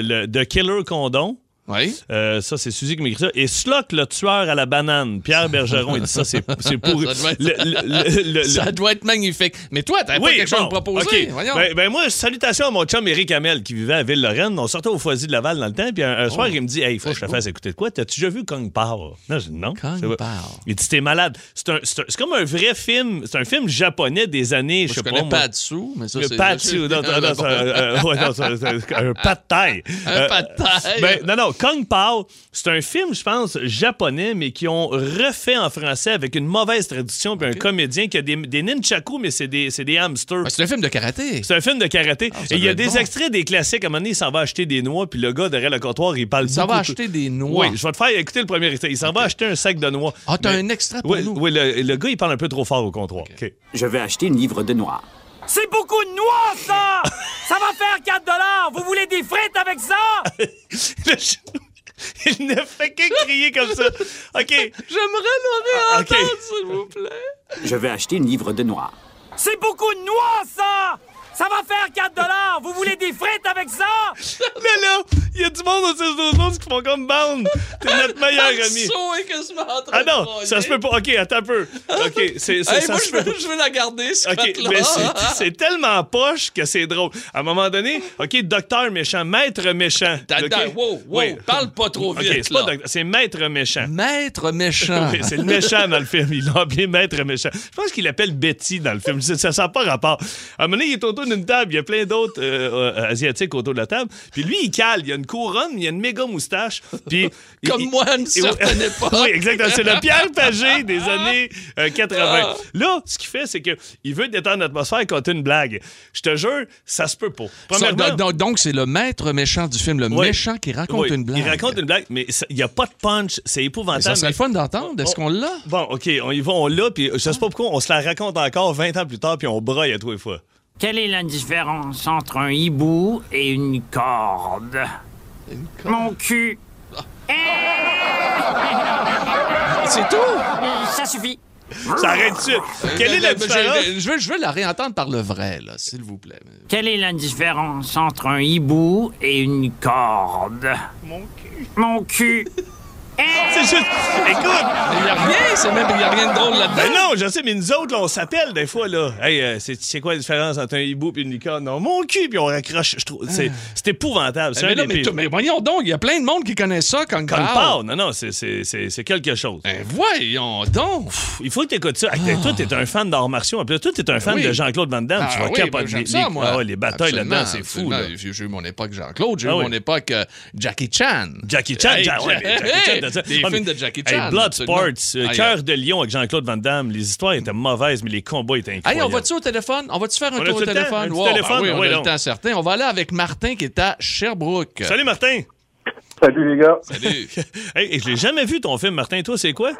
[SPEAKER 3] euh, le- The Killer Condom.
[SPEAKER 2] Oui.
[SPEAKER 3] Euh, ça, c'est Suzy qui m'écrit ça. Et Slock, le tueur à la banane. Pierre Bergeron, il dit ça, c'est c'est pourri.
[SPEAKER 2] Ça doit être-
[SPEAKER 3] Le- le- le- le-
[SPEAKER 2] Ça doit être magnifique. Mais toi, t'as pas quelque chose à me
[SPEAKER 3] bon,
[SPEAKER 2] proposer.
[SPEAKER 3] OK.
[SPEAKER 2] Voyons.
[SPEAKER 3] Ben, ben moi, salutations à mon chum Eric Hamel qui vivait à Ville-Lorraine. On sortait au Foisy de Laval dans le temps. Puis
[SPEAKER 2] Oh.
[SPEAKER 3] un, un soir, il me dit Hey, il faut que je te fasse écouter de quoi T'as-tu déjà vu Kong Power Non, je dis Non.
[SPEAKER 2] Kung
[SPEAKER 3] c'est vrai.
[SPEAKER 2] Pao.
[SPEAKER 3] Il dit T'es malade. C'est un- c'est un- c'est comme un vrai film. C'est un film japonais des années,
[SPEAKER 2] je
[SPEAKER 3] je sais pas.
[SPEAKER 2] connais
[SPEAKER 3] moi.
[SPEAKER 2] pas dessous, mais ça,
[SPEAKER 3] Le
[SPEAKER 2] c'est-
[SPEAKER 3] pad non, non, non, c'est un- euh, ouais, non, c'est un- c'est un pas de taille. Euh,
[SPEAKER 2] Un pas de taille.
[SPEAKER 3] Ben, non, non, Kung Pao, c'est un film, je pense, japonais, mais qui ont refait en français avec une mauvaise traduction, puis un comédien qui a des, des nunchakus, mais c'est des, c'est des hamsters.
[SPEAKER 2] Ben, c'est un film de karaté. Ah,
[SPEAKER 3] C'est un film de karaté.
[SPEAKER 2] ça
[SPEAKER 3] Et il y
[SPEAKER 2] doit
[SPEAKER 3] a
[SPEAKER 2] être
[SPEAKER 3] des
[SPEAKER 2] bon.
[SPEAKER 3] extraits des classiques. À un moment donné, il s'en va acheter des noix, puis le gars derrière le comptoir, il parle
[SPEAKER 2] Ça
[SPEAKER 3] beaucoup
[SPEAKER 2] va
[SPEAKER 3] de-
[SPEAKER 2] acheter des noix.
[SPEAKER 3] Oui, je vais te faire écouter le premier extrait. Il s'en va acheter un sac de noix.
[SPEAKER 2] Ah, t'as
[SPEAKER 3] Mais-
[SPEAKER 2] un extrait pour
[SPEAKER 3] Oui,
[SPEAKER 2] nous.
[SPEAKER 3] oui, le, le gars, il parle un peu trop fort au comptoir. OK.
[SPEAKER 8] Je vais acheter une livre de noix.
[SPEAKER 11] C'est beaucoup de noix, ça! Ça va faire 4 dollars! Vous voulez des frites avec ça?
[SPEAKER 3] Le ch- Il ne fait que crier comme ça. OK.
[SPEAKER 2] J'aimerais
[SPEAKER 3] Ah, ok.
[SPEAKER 2] l'oreille entendre, s'il vous plaît.
[SPEAKER 8] Je vais acheter une livre de noix.
[SPEAKER 11] C'est beaucoup de noix, ça! Ça va faire 4 dollars! Vous voulez des frites avec ça?
[SPEAKER 3] Mais là, il y a du monde au 6 12 qui font comme bande. T'es notre meilleur ami.
[SPEAKER 2] Saut est quasiment en train
[SPEAKER 3] Ah
[SPEAKER 2] de
[SPEAKER 3] non, ça
[SPEAKER 2] broyer.
[SPEAKER 3] se peut pas. OK, attends un peu. OK, c'est ça.
[SPEAKER 2] Hey,
[SPEAKER 3] ça
[SPEAKER 2] moi,
[SPEAKER 3] se
[SPEAKER 2] je
[SPEAKER 3] peut
[SPEAKER 2] veux, je veux la garder, ce Ah,
[SPEAKER 3] OK,
[SPEAKER 2] là
[SPEAKER 3] mais c'est- c'est tellement poche que c'est drôle. À un moment donné, OK, docteur méchant, maître méchant.
[SPEAKER 2] Attends,
[SPEAKER 3] OK?
[SPEAKER 2] wow, wow,
[SPEAKER 3] Oui.
[SPEAKER 2] parle pas trop
[SPEAKER 3] OK,
[SPEAKER 2] vite.
[SPEAKER 3] c'est pas
[SPEAKER 2] là.
[SPEAKER 3] docteur, c'est maître méchant.
[SPEAKER 2] Maître méchant.
[SPEAKER 3] Oui, c'est le méchant dans le film. Il l'a appelé maître méchant. Je pense qu'il l'appelle Betty dans le film. Ça n'a pas rapport. À un moment donné, il est autour d'une table. Il y a plein d'autres euh, euh, Asiatiques autour de la table. Puis lui, il cale. Il a une couronne, il a une méga moustache. Puis,
[SPEAKER 2] Comme
[SPEAKER 3] il-
[SPEAKER 2] moi, à une
[SPEAKER 3] il-
[SPEAKER 2] certaine époque.
[SPEAKER 3] Oui, exactement. C'est le Pierre Pagé des
[SPEAKER 2] Ah.
[SPEAKER 3] années euh, 80. Là, ce qu'il fait, c'est qu'il veut détendre l'atmosphère quand une blague. Je te jure, ça se peut pas.
[SPEAKER 2] Ça,
[SPEAKER 3] Premièrement-
[SPEAKER 2] donc- donc- donc, c'est le maître méchant du film, le
[SPEAKER 3] Oui.
[SPEAKER 2] méchant qui raconte
[SPEAKER 3] Oui,
[SPEAKER 2] une blague.
[SPEAKER 3] Il raconte une blague, mais ça- il n'y a pas de punch. C'est épouvantable.
[SPEAKER 2] Mais Ça serait
[SPEAKER 3] mais-
[SPEAKER 2] le fun d'entendre. Est-ce
[SPEAKER 3] Oh.
[SPEAKER 2] qu'on l'a?
[SPEAKER 3] Bon, OK, on y va, on l'a, puis je sais pas pourquoi, on se la raconte encore 20 ans plus tard, puis on broille à tous les fois.
[SPEAKER 11] Quelle est la différence entre un hibou et une corde? Mon cul! Eh,
[SPEAKER 3] Ah,
[SPEAKER 2] C'est tout!
[SPEAKER 11] Ça suffit!
[SPEAKER 3] Ça arrête dessus. Quelle est la
[SPEAKER 2] Euh, Mais- mais-
[SPEAKER 3] différence?
[SPEAKER 2] j'ai- Euh, Je veux, je veux la réentendre par le vrai, là, s'il vous plaît.
[SPEAKER 11] Quelle est la différence entre un hibou et une corde? Mon cul. Mon cul.
[SPEAKER 3] C'est juste. Écoute!
[SPEAKER 2] Il n'y a rien, Ah, c'est même, il n'y a rien de drôle là-dedans.
[SPEAKER 3] Ben non, je sais, mais nous autres, là, on s'appelle des fois, là. Hey, euh, c'est, c'est quoi la différence entre un hibou et une licorne? Non, mon cul, puis on raccroche. Je trouve, c'est, c'est épouvantable. C'est
[SPEAKER 2] Ah. Eh, Mais,
[SPEAKER 3] un
[SPEAKER 2] là,
[SPEAKER 3] des
[SPEAKER 2] mais,
[SPEAKER 3] pires.
[SPEAKER 2] t- mais voyons donc, il y a plein de monde qui connaît ça quand
[SPEAKER 3] Comme Pau, non, non, c'est, c'est, c'est, c'est quelque chose.
[SPEAKER 2] Ben voyons donc.
[SPEAKER 3] Il faut que tu écoutes ça. Hey, Toi, t'es un fan d'arts martiaux. En plus, toi, t'es un fan
[SPEAKER 2] oui.
[SPEAKER 3] de Jean-Claude Van Damme. tu vas
[SPEAKER 2] oui, ben,
[SPEAKER 3] capoter.
[SPEAKER 2] j'aime
[SPEAKER 3] les,
[SPEAKER 2] ça,
[SPEAKER 3] les-
[SPEAKER 2] moi.
[SPEAKER 3] ah ouais, les batailles
[SPEAKER 2] Absolument,
[SPEAKER 3] là-dedans, c'est fou.
[SPEAKER 2] absolument.
[SPEAKER 3] là.
[SPEAKER 2] J'ai j'ai eu mon époque Jean-Claude, j'ai eu
[SPEAKER 3] Ah oui.
[SPEAKER 2] mon époque euh, Jackie Chan.
[SPEAKER 3] Jackie Chan,
[SPEAKER 2] Hey,
[SPEAKER 3] Jack- ouais, mais Jackie Chan,
[SPEAKER 2] hey,
[SPEAKER 3] t'as ça.
[SPEAKER 2] des
[SPEAKER 3] Ah,
[SPEAKER 2] films
[SPEAKER 3] mais-
[SPEAKER 2] de Jackie
[SPEAKER 3] Hey,
[SPEAKER 2] Chan,
[SPEAKER 3] Bloodsport,
[SPEAKER 2] absolument.
[SPEAKER 3] euh,
[SPEAKER 2] Aïe,
[SPEAKER 3] Cœur de Lion avec Jean-Claude Van Damme. Les histoires étaient mauvaises, mais les combats étaient
[SPEAKER 2] Hey,
[SPEAKER 3] incroyables.
[SPEAKER 2] on va-tu au téléphone? On va-tu faire un tour
[SPEAKER 3] On a-tu
[SPEAKER 2] au
[SPEAKER 3] le temps?
[SPEAKER 2] téléphone?
[SPEAKER 3] Un petit
[SPEAKER 2] Wow, ah
[SPEAKER 3] téléphone?
[SPEAKER 2] oui, on
[SPEAKER 3] Ouais,
[SPEAKER 2] a le
[SPEAKER 3] donc.
[SPEAKER 2] temps certain. On va aller avec Martin qui est à Sherbrooke.
[SPEAKER 3] Salut, Martin.
[SPEAKER 12] Salut les gars.
[SPEAKER 2] Salut.
[SPEAKER 3] Hey, je l'ai jamais vu ton film, Martin. Toi, c'est quoi?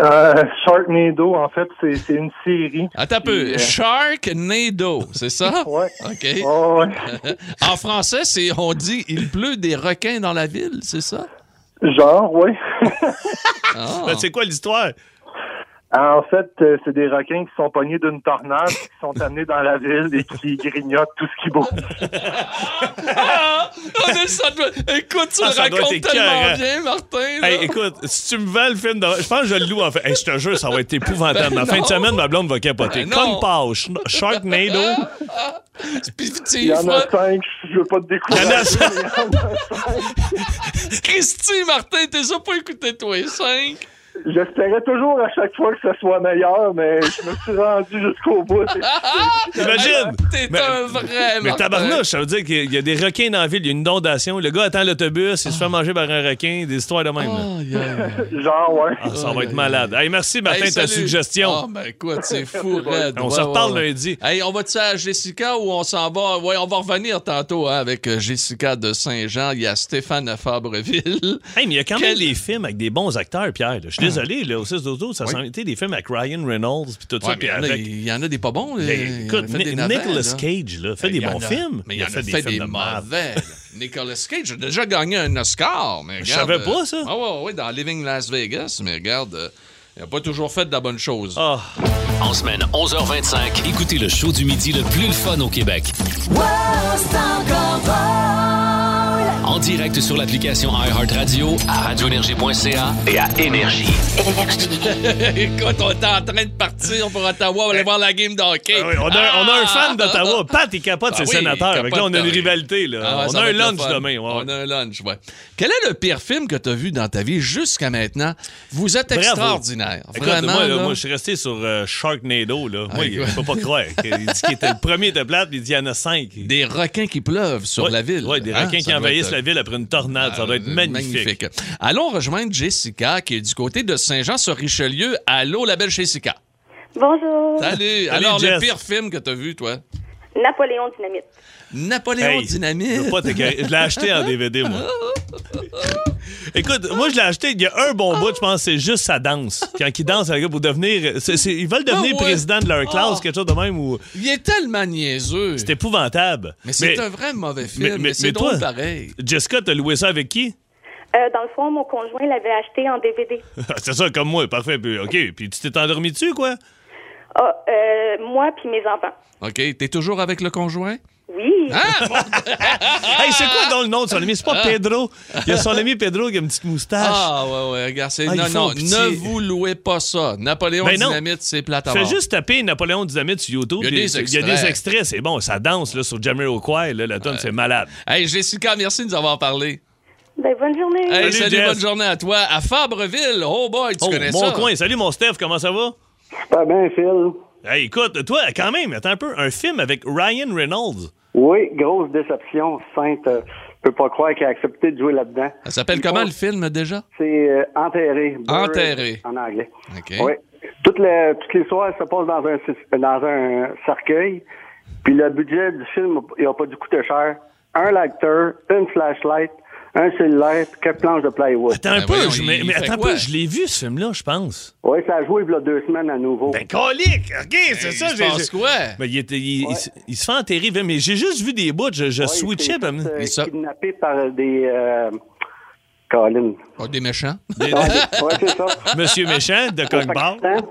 [SPEAKER 12] Euh, Sharknado, en fait, c'est c'est une série.
[SPEAKER 2] Attends un peu.
[SPEAKER 12] Puis, euh,
[SPEAKER 2] Sharknado, c'est ça?
[SPEAKER 12] Ouais.
[SPEAKER 2] OK.
[SPEAKER 12] Oh, ouais.
[SPEAKER 2] en français, c'est on dit il pleut des requins dans la ville, c'est ça?
[SPEAKER 12] Genre, oui.
[SPEAKER 2] Ah.
[SPEAKER 3] Ben, c'est quoi l'histoire?
[SPEAKER 12] en fait, euh, c'est des requins qui sont pognés d'une tornade, qui sont amenés dans la ville et qui grignotent tout ce qui bouge.
[SPEAKER 2] Ah! On est- ça doit- Écoute, tu
[SPEAKER 3] Ah,
[SPEAKER 2] le
[SPEAKER 3] ça doit
[SPEAKER 2] racontes
[SPEAKER 3] être
[SPEAKER 2] tellement
[SPEAKER 3] écœurant.
[SPEAKER 2] bien, Martin. là.
[SPEAKER 3] Hey, écoute, si tu me vends le film de... Je pense que je le loue en fait. Hey, je te jure, ça va être épouvantable.
[SPEAKER 2] Ben
[SPEAKER 3] la fin de
[SPEAKER 2] non.
[SPEAKER 3] semaine, ma blonde va capoter.
[SPEAKER 2] Ben non.
[SPEAKER 3] Comme Pau, Sh- Sharknado.
[SPEAKER 2] Puis, tu sais,
[SPEAKER 12] Il y en a
[SPEAKER 2] Fra-
[SPEAKER 12] cinq, je veux pas te
[SPEAKER 3] Il y en a
[SPEAKER 12] décourager.
[SPEAKER 3] ça.
[SPEAKER 2] Christy, Martin, t'es ça pas écouté, toi, 5.
[SPEAKER 12] J'espérais toujours à chaque fois que ce soit meilleur, mais je me suis rendu jusqu'au bout.
[SPEAKER 3] Imagine.
[SPEAKER 2] T'es
[SPEAKER 3] Mais-
[SPEAKER 2] un vrai,
[SPEAKER 3] Mais
[SPEAKER 2] Martin.
[SPEAKER 3] tabarnouche, ça veut dire qu'il y a des requins dans la ville, il y a une inondation, le gars attend l'autobus, il se fait manger par un requin, des histoires de même. là.
[SPEAKER 2] Aïe, aïe.
[SPEAKER 12] Genre, ouais.
[SPEAKER 3] Ah, ça
[SPEAKER 2] aïe,
[SPEAKER 3] va être
[SPEAKER 2] aïe,
[SPEAKER 3] malade. Hey, merci Martin
[SPEAKER 2] Hey,
[SPEAKER 3] de ta
[SPEAKER 2] salut. Ah,
[SPEAKER 3] suggestion.
[SPEAKER 2] ben écoute, c'est fou, raide.
[SPEAKER 3] On
[SPEAKER 2] Ouais,
[SPEAKER 3] se reparle
[SPEAKER 2] ouais, ouais.
[SPEAKER 3] lundi.
[SPEAKER 2] Hey, on va-tu à Jessica ou on s'en va? Ouais, on va revenir tantôt hein, avec euh, Jessica de Saint-Jean. Il y a Stéphane à Fabreville.
[SPEAKER 3] Hey, mais il y a quand même
[SPEAKER 2] Quel-
[SPEAKER 3] des films avec des bons acteurs, Pierre. là. Je suis désolé, là, au 6 d'auto, ça s'en était des films avec Ryan Reynolds puis tout ça.
[SPEAKER 2] Ouais, mais il
[SPEAKER 3] puis
[SPEAKER 2] y en a-
[SPEAKER 3] avec...
[SPEAKER 2] il y, en a des pas bons. là.
[SPEAKER 3] Ben,
[SPEAKER 2] Il y en
[SPEAKER 3] écoute,
[SPEAKER 2] a fait des
[SPEAKER 3] Ni-
[SPEAKER 2] navets,
[SPEAKER 3] Nicolas
[SPEAKER 2] là.
[SPEAKER 3] Cage là, fait des
[SPEAKER 2] Il y en
[SPEAKER 3] bons
[SPEAKER 2] a-
[SPEAKER 3] films.
[SPEAKER 2] Mais il, en a fait, des,
[SPEAKER 3] films de merde.
[SPEAKER 2] mauvais. là. Nicolas Cage a déjà gagné un Oscar. Mais
[SPEAKER 3] Je
[SPEAKER 2] regarde,
[SPEAKER 3] savais pas,
[SPEAKER 2] euh,
[SPEAKER 3] ça.
[SPEAKER 2] Ah ouais, ouais, dans Living Las Vegas. Mais regarde, euh, il n'a pas toujours fait de la bonne chose.
[SPEAKER 3] Ah.
[SPEAKER 1] En semaine, 11h25, écoutez le show du midi le plus le fun au Québec. En direct sur l'application iHeartRadio, à radioénergie.ca et à Énergie.
[SPEAKER 2] Écoute, on est en train de partir pour Ottawa. On va aller voir la game d'hockey.
[SPEAKER 3] Eh. Ah oui, on, a, on a un fan d'Ottawa. Pat, il capote,
[SPEAKER 2] Ah
[SPEAKER 3] c'est
[SPEAKER 2] oui,
[SPEAKER 3] sénateur.
[SPEAKER 2] capote,
[SPEAKER 3] Fait que là, on a une
[SPEAKER 2] oui.
[SPEAKER 3] rivalité. Là.
[SPEAKER 2] Ah Ah, ouais,
[SPEAKER 3] on
[SPEAKER 2] ça
[SPEAKER 3] a
[SPEAKER 2] va
[SPEAKER 3] un
[SPEAKER 2] être le
[SPEAKER 3] lunch
[SPEAKER 2] fun.
[SPEAKER 3] demain. ouais.
[SPEAKER 2] On a un lunch, ouais. Quel est le pire film que tu as vu dans ta vie jusqu'à maintenant? Vous êtes
[SPEAKER 3] Bravo.
[SPEAKER 2] extraordinaire.
[SPEAKER 3] Écoute,
[SPEAKER 2] Vraiment.
[SPEAKER 3] moi, là,
[SPEAKER 2] là.
[SPEAKER 3] moi, je suis resté sur euh, Sharknado. Là. Moi, il
[SPEAKER 2] écoute.
[SPEAKER 3] faut pas croire. Il dit qu'il était le premier de plate, puis il dit qu'il y en a cinq.
[SPEAKER 2] Des requins qui pleuvent sur
[SPEAKER 3] Ouais,
[SPEAKER 2] la ville.
[SPEAKER 3] ouais, des
[SPEAKER 2] Hein?
[SPEAKER 3] requins qui
[SPEAKER 2] Ça doit
[SPEAKER 3] envahissent
[SPEAKER 2] être-
[SPEAKER 3] la ville après une tornade. ça doit être
[SPEAKER 2] Euh,
[SPEAKER 3] magnifique.
[SPEAKER 2] Allons rejoindre Jessica, qui est du côté de Saint-Jean-sur-Richelieu. Allô, la belle Jessica.
[SPEAKER 10] Bonjour.
[SPEAKER 2] Salut. Alors, le
[SPEAKER 3] Jess.
[SPEAKER 2] pire film que t'as vu, toi?
[SPEAKER 10] Napoléon Dynamite.
[SPEAKER 2] Napoléon
[SPEAKER 3] Hey, Je,
[SPEAKER 2] Dynamite.
[SPEAKER 3] veux pas t'écoeurer. Je l'ai acheté en DVD, moi. Écoute, moi, je l'ai acheté. Il y a un bon bout, je pense, c'est juste sa danse. Quand ils dansent, le gars, pour devenir. c'est- c'est- ils veulent devenir
[SPEAKER 2] Ah ouais.
[SPEAKER 3] président de leur classe,
[SPEAKER 2] Ah.
[SPEAKER 3] quelque chose de même, ou.
[SPEAKER 2] Il est tellement niaiseux.
[SPEAKER 3] C'est épouvantable.
[SPEAKER 2] Mais c'est un vrai mauvais film. Mais, c'est drôle
[SPEAKER 3] toi,
[SPEAKER 2] pareil.
[SPEAKER 3] Jessica, t'as loué ça avec qui?
[SPEAKER 10] Euh, dans le fond, mon conjoint l'avait acheté en DVD.
[SPEAKER 3] c'est ça, comme moi, parfait. Puis, OK, puis tu t'es endormi dessus, quoi?
[SPEAKER 10] Ah, euh, moi puis mes enfants.
[SPEAKER 2] OK, t'es toujours avec le conjoint?
[SPEAKER 10] Oui.
[SPEAKER 2] Ah, mon-
[SPEAKER 3] Hey, c'est quoi dans le nom de son ami? C'est pas Pedro. Il y a son ami Pedro qui a une petite moustache.
[SPEAKER 2] Ah, ouais, ouais, regarde, c'est...
[SPEAKER 3] Ah, ils
[SPEAKER 2] non,
[SPEAKER 3] font
[SPEAKER 2] non,
[SPEAKER 3] pitié.
[SPEAKER 2] ne vous louez pas ça. Napoléon
[SPEAKER 3] Ben non.
[SPEAKER 2] Dynamite, c'est plate à
[SPEAKER 3] Fais
[SPEAKER 2] mort.
[SPEAKER 3] juste taper Napoléon Dynamite sur YouTube.
[SPEAKER 2] Il y a
[SPEAKER 3] puis
[SPEAKER 2] des
[SPEAKER 3] Il y a
[SPEAKER 2] extraits.
[SPEAKER 3] des extraits, c'est bon. Ça danse là, sur Jamiroquai. Là, la tonne, c'est malade.
[SPEAKER 2] Hey, Jessica, merci de nous avoir parlé.
[SPEAKER 10] Ben, bonne journée.
[SPEAKER 2] Hey, salut,
[SPEAKER 3] Salut, Jess.
[SPEAKER 2] bonne journée à toi. À Fabreville, oh boy, tu
[SPEAKER 3] Oh,
[SPEAKER 2] connais
[SPEAKER 3] mon
[SPEAKER 2] ça.
[SPEAKER 3] coin. Salut, mon Steph. Comment ça va?
[SPEAKER 12] Pas bien, Phil.
[SPEAKER 3] Hey, écoute, toi, quand même, attends un peu. Un film avec Ryan Reynolds.
[SPEAKER 12] Oui, grosse déception. Sainte, euh, je peux pas croire qu'il a accepté de jouer là-dedans.
[SPEAKER 2] Ça s'appelle comment
[SPEAKER 3] Oh.
[SPEAKER 2] le film déjà?
[SPEAKER 12] C'est euh, enterré. Buried
[SPEAKER 2] Enterré.
[SPEAKER 12] En anglais.
[SPEAKER 2] OK.
[SPEAKER 12] Oui. Toutes les, toutes les soirs, ça passe dans un, dans un cercueil. Puis le budget du film, il n'a pas dû coûter cher. Un lecteur, une flashlight, un cellulaire, puis quatre planches de plywood.
[SPEAKER 3] Attends
[SPEAKER 2] Ben
[SPEAKER 3] un peu.
[SPEAKER 2] voyons,
[SPEAKER 3] je-
[SPEAKER 2] il
[SPEAKER 3] mais mais
[SPEAKER 2] fait
[SPEAKER 3] attends un
[SPEAKER 2] quoi?
[SPEAKER 3] peu. Je l'ai vu, ce film-là, je pense.
[SPEAKER 12] Oui, ça a joué il y a deux semaines à nouveau.
[SPEAKER 3] Ben, colique! OK, c'est
[SPEAKER 2] Hey,
[SPEAKER 3] ça.
[SPEAKER 2] il se
[SPEAKER 3] j'ai-
[SPEAKER 2] passe
[SPEAKER 3] j'ai-
[SPEAKER 2] quoi?
[SPEAKER 3] Ben, il, était- il-
[SPEAKER 12] Ouais.
[SPEAKER 3] il se- il se fait enterrer. Mais j'ai juste vu des bouts. Je, je
[SPEAKER 12] Ouais,
[SPEAKER 3] switchais.
[SPEAKER 12] il
[SPEAKER 3] ben,
[SPEAKER 12] s'est fait, euh,
[SPEAKER 2] Mais ça-
[SPEAKER 12] kidnappé par des... Euh, Colin.
[SPEAKER 2] Oh, des méchants.
[SPEAKER 12] Oui, c'est ça.
[SPEAKER 3] Monsieur Méchant de Cockbar.
[SPEAKER 12] Pakistan.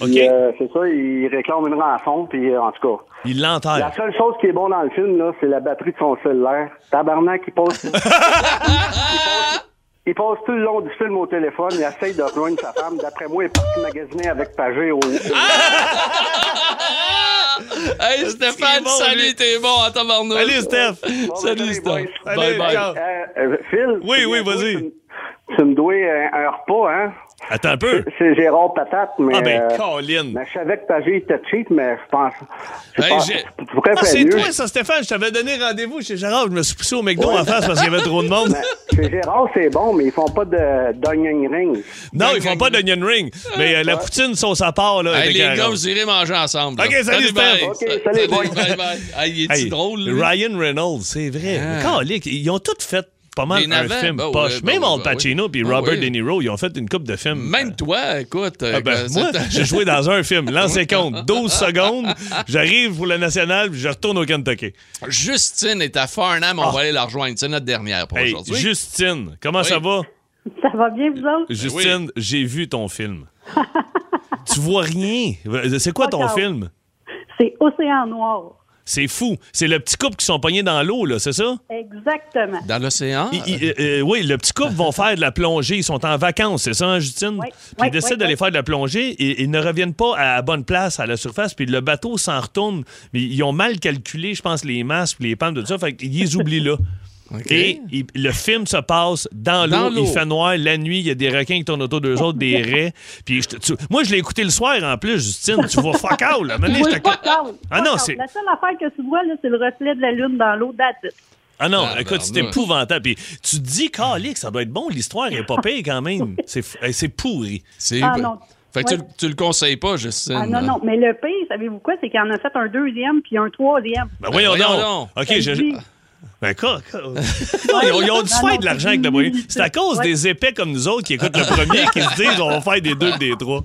[SPEAKER 3] OK.
[SPEAKER 12] Puis, euh, c'est ça, il réclame une rançon, puis euh, en tout cas.
[SPEAKER 3] Il
[SPEAKER 12] La
[SPEAKER 3] l'enterre.
[SPEAKER 12] seule chose qui est bon dans le film, là, c'est la batterie de son cellulaire. Tabarnak, il passe. il passe Il passe tout le long du film au téléphone, il essaye de rejoindre sa femme. D'après moi, il est parti magasiner avec Pagé au. au-
[SPEAKER 3] Ah!
[SPEAKER 2] Hey Stéphane,
[SPEAKER 12] bon,
[SPEAKER 2] salut,
[SPEAKER 12] lui.
[SPEAKER 2] t'es bon en tabarnak.
[SPEAKER 12] Salut, Steph.
[SPEAKER 3] ben,
[SPEAKER 2] salut Steph.
[SPEAKER 12] Allez,
[SPEAKER 2] Bye bye.
[SPEAKER 12] ciao. Euh, Phil? Oui, oui, vas-y. Tu me dois un, un repas, hein?
[SPEAKER 3] Attends un peu.
[SPEAKER 12] C'est Gérard Patate, mais.
[SPEAKER 3] Ah, ben,
[SPEAKER 12] euh,
[SPEAKER 3] Colin.
[SPEAKER 12] mais je savais que Pagé était cheap, mais je pense. Je
[SPEAKER 3] Hey,
[SPEAKER 12] pense
[SPEAKER 3] j'ai-
[SPEAKER 12] tu pourrais
[SPEAKER 3] Ah,
[SPEAKER 12] faire
[SPEAKER 3] c'est
[SPEAKER 12] mieux.
[SPEAKER 3] toi, ça, Stéphane. Je t'avais donné rendez-vous chez Gérard. Je me suis poussé au McDo en face parce qu'il y avait trop de monde.
[SPEAKER 12] Mais Chez Gérard, c'est bon, mais ils font pas de d'onion ring.
[SPEAKER 3] Non, ils font pas d'onion ring. Mais euh, la poutine sauce à part, là.
[SPEAKER 2] Hey, les
[SPEAKER 3] était carrante.
[SPEAKER 2] gars, vous irez manger ensemble.
[SPEAKER 3] OK,
[SPEAKER 2] là.
[SPEAKER 3] salut,
[SPEAKER 2] bye.
[SPEAKER 3] Steph. OK, salut,
[SPEAKER 2] bye.
[SPEAKER 3] bye.
[SPEAKER 2] Bye bye. Hey, il est-tu
[SPEAKER 3] Hey,
[SPEAKER 2] drôle, lui?
[SPEAKER 3] Ryan Reynolds, c'est vrai.
[SPEAKER 2] Ah.
[SPEAKER 3] Mais calique, ils ont tous fait pas mal
[SPEAKER 2] Les
[SPEAKER 3] un
[SPEAKER 2] navets,
[SPEAKER 3] film
[SPEAKER 2] bah ouais,
[SPEAKER 3] poche.
[SPEAKER 2] bah
[SPEAKER 3] Même
[SPEAKER 2] ouais,
[SPEAKER 3] Al
[SPEAKER 2] bah ouais.
[SPEAKER 3] Pacino puis
[SPEAKER 2] Ah
[SPEAKER 3] Robert
[SPEAKER 2] oui.
[SPEAKER 3] De Niro, ils ont fait une coupe de films.
[SPEAKER 2] Même toi, écoute.
[SPEAKER 3] Ah ben,
[SPEAKER 2] euh,
[SPEAKER 3] moi,
[SPEAKER 2] c'est-
[SPEAKER 3] j'ai joué dans un film, lancez compte, 12 secondes, j'arrive pour le national, puis je retourne au Kentucky.
[SPEAKER 2] Justine est à Farnham, on va aller la rejoindre. C'est notre dernière pour
[SPEAKER 3] Ah. Hey,
[SPEAKER 2] aujourd'hui.
[SPEAKER 3] Justine, comment ça va?
[SPEAKER 10] Ça va bien, vous autres?
[SPEAKER 3] Justine, j'ai vu ton film. tu vois rien. C'est quoi ton
[SPEAKER 10] Encore.
[SPEAKER 3] film?
[SPEAKER 10] C'est Océan Noir.
[SPEAKER 3] C'est fou. C'est le petit couple qui sont pognés dans l'eau, là, c'est ça?
[SPEAKER 10] Exactement.
[SPEAKER 2] Dans l'océan?
[SPEAKER 3] Ils- ils- euh, euh, oui, le petit couple vont faire de la plongée. Ils sont en vacances, c'est ça, hein, Justine? Puis ils
[SPEAKER 10] oui,
[SPEAKER 3] décident
[SPEAKER 10] oui,
[SPEAKER 3] d'aller
[SPEAKER 10] oui.
[SPEAKER 3] faire de la plongée et ils ne reviennent pas à la bonne place, à la surface. Puis le bateau s'en retourne. Mais ils ont mal calculé, je pense, les masses, puis les pentes, tout ça. Fait qu'ils les oublient là. Et il- le film se passe dans
[SPEAKER 2] Dans
[SPEAKER 3] l'eau, il
[SPEAKER 2] l'eau.
[SPEAKER 3] fait noir, la nuit, il y a des requins qui tournent autour d'eux autres, des raies. Puis je te- tu- moi, je l'ai écouté le soir en plus, Justine, tu vois fuck out, là. Maintenant,
[SPEAKER 10] Oui,
[SPEAKER 3] je te-
[SPEAKER 10] pas tard,
[SPEAKER 3] Ah
[SPEAKER 10] pas
[SPEAKER 3] non,
[SPEAKER 10] tard.
[SPEAKER 3] c'est-
[SPEAKER 10] La seule affaire que tu vois, là, c'est le reflet de la lune dans l'eau d'adulte.
[SPEAKER 3] Ah non,
[SPEAKER 2] Ah,
[SPEAKER 3] écoute, c'est
[SPEAKER 2] ben, ben.
[SPEAKER 3] épouvantable. Puis tu te dis, Calique, ça doit être bon, l'histoire est pas pire quand même. C'est f- eh, c'est pourri.
[SPEAKER 2] C'est-
[SPEAKER 10] Ah non.
[SPEAKER 2] Fait que tu
[SPEAKER 10] Ouais.
[SPEAKER 2] le- tu, le conseilles pas, Justine.
[SPEAKER 10] Ah non, non, mais le pire, savez-vous quoi, c'est qu'il en a fait un deuxième puis un troisième.
[SPEAKER 3] Ben voyons,
[SPEAKER 2] Ben, voyons
[SPEAKER 3] donc.
[SPEAKER 2] donc.
[SPEAKER 3] OK, je.
[SPEAKER 10] Vas-y.
[SPEAKER 3] Ben, quoi, quoi? Non, ils, ont, ils ont dû se
[SPEAKER 10] Non,
[SPEAKER 3] faire
[SPEAKER 10] non,
[SPEAKER 3] de l'argent avec le moyen. C'est à cause
[SPEAKER 10] Ouais.
[SPEAKER 3] des épais comme nous autres qui écoutent le premier qui se disent on va faire des deux, des trois.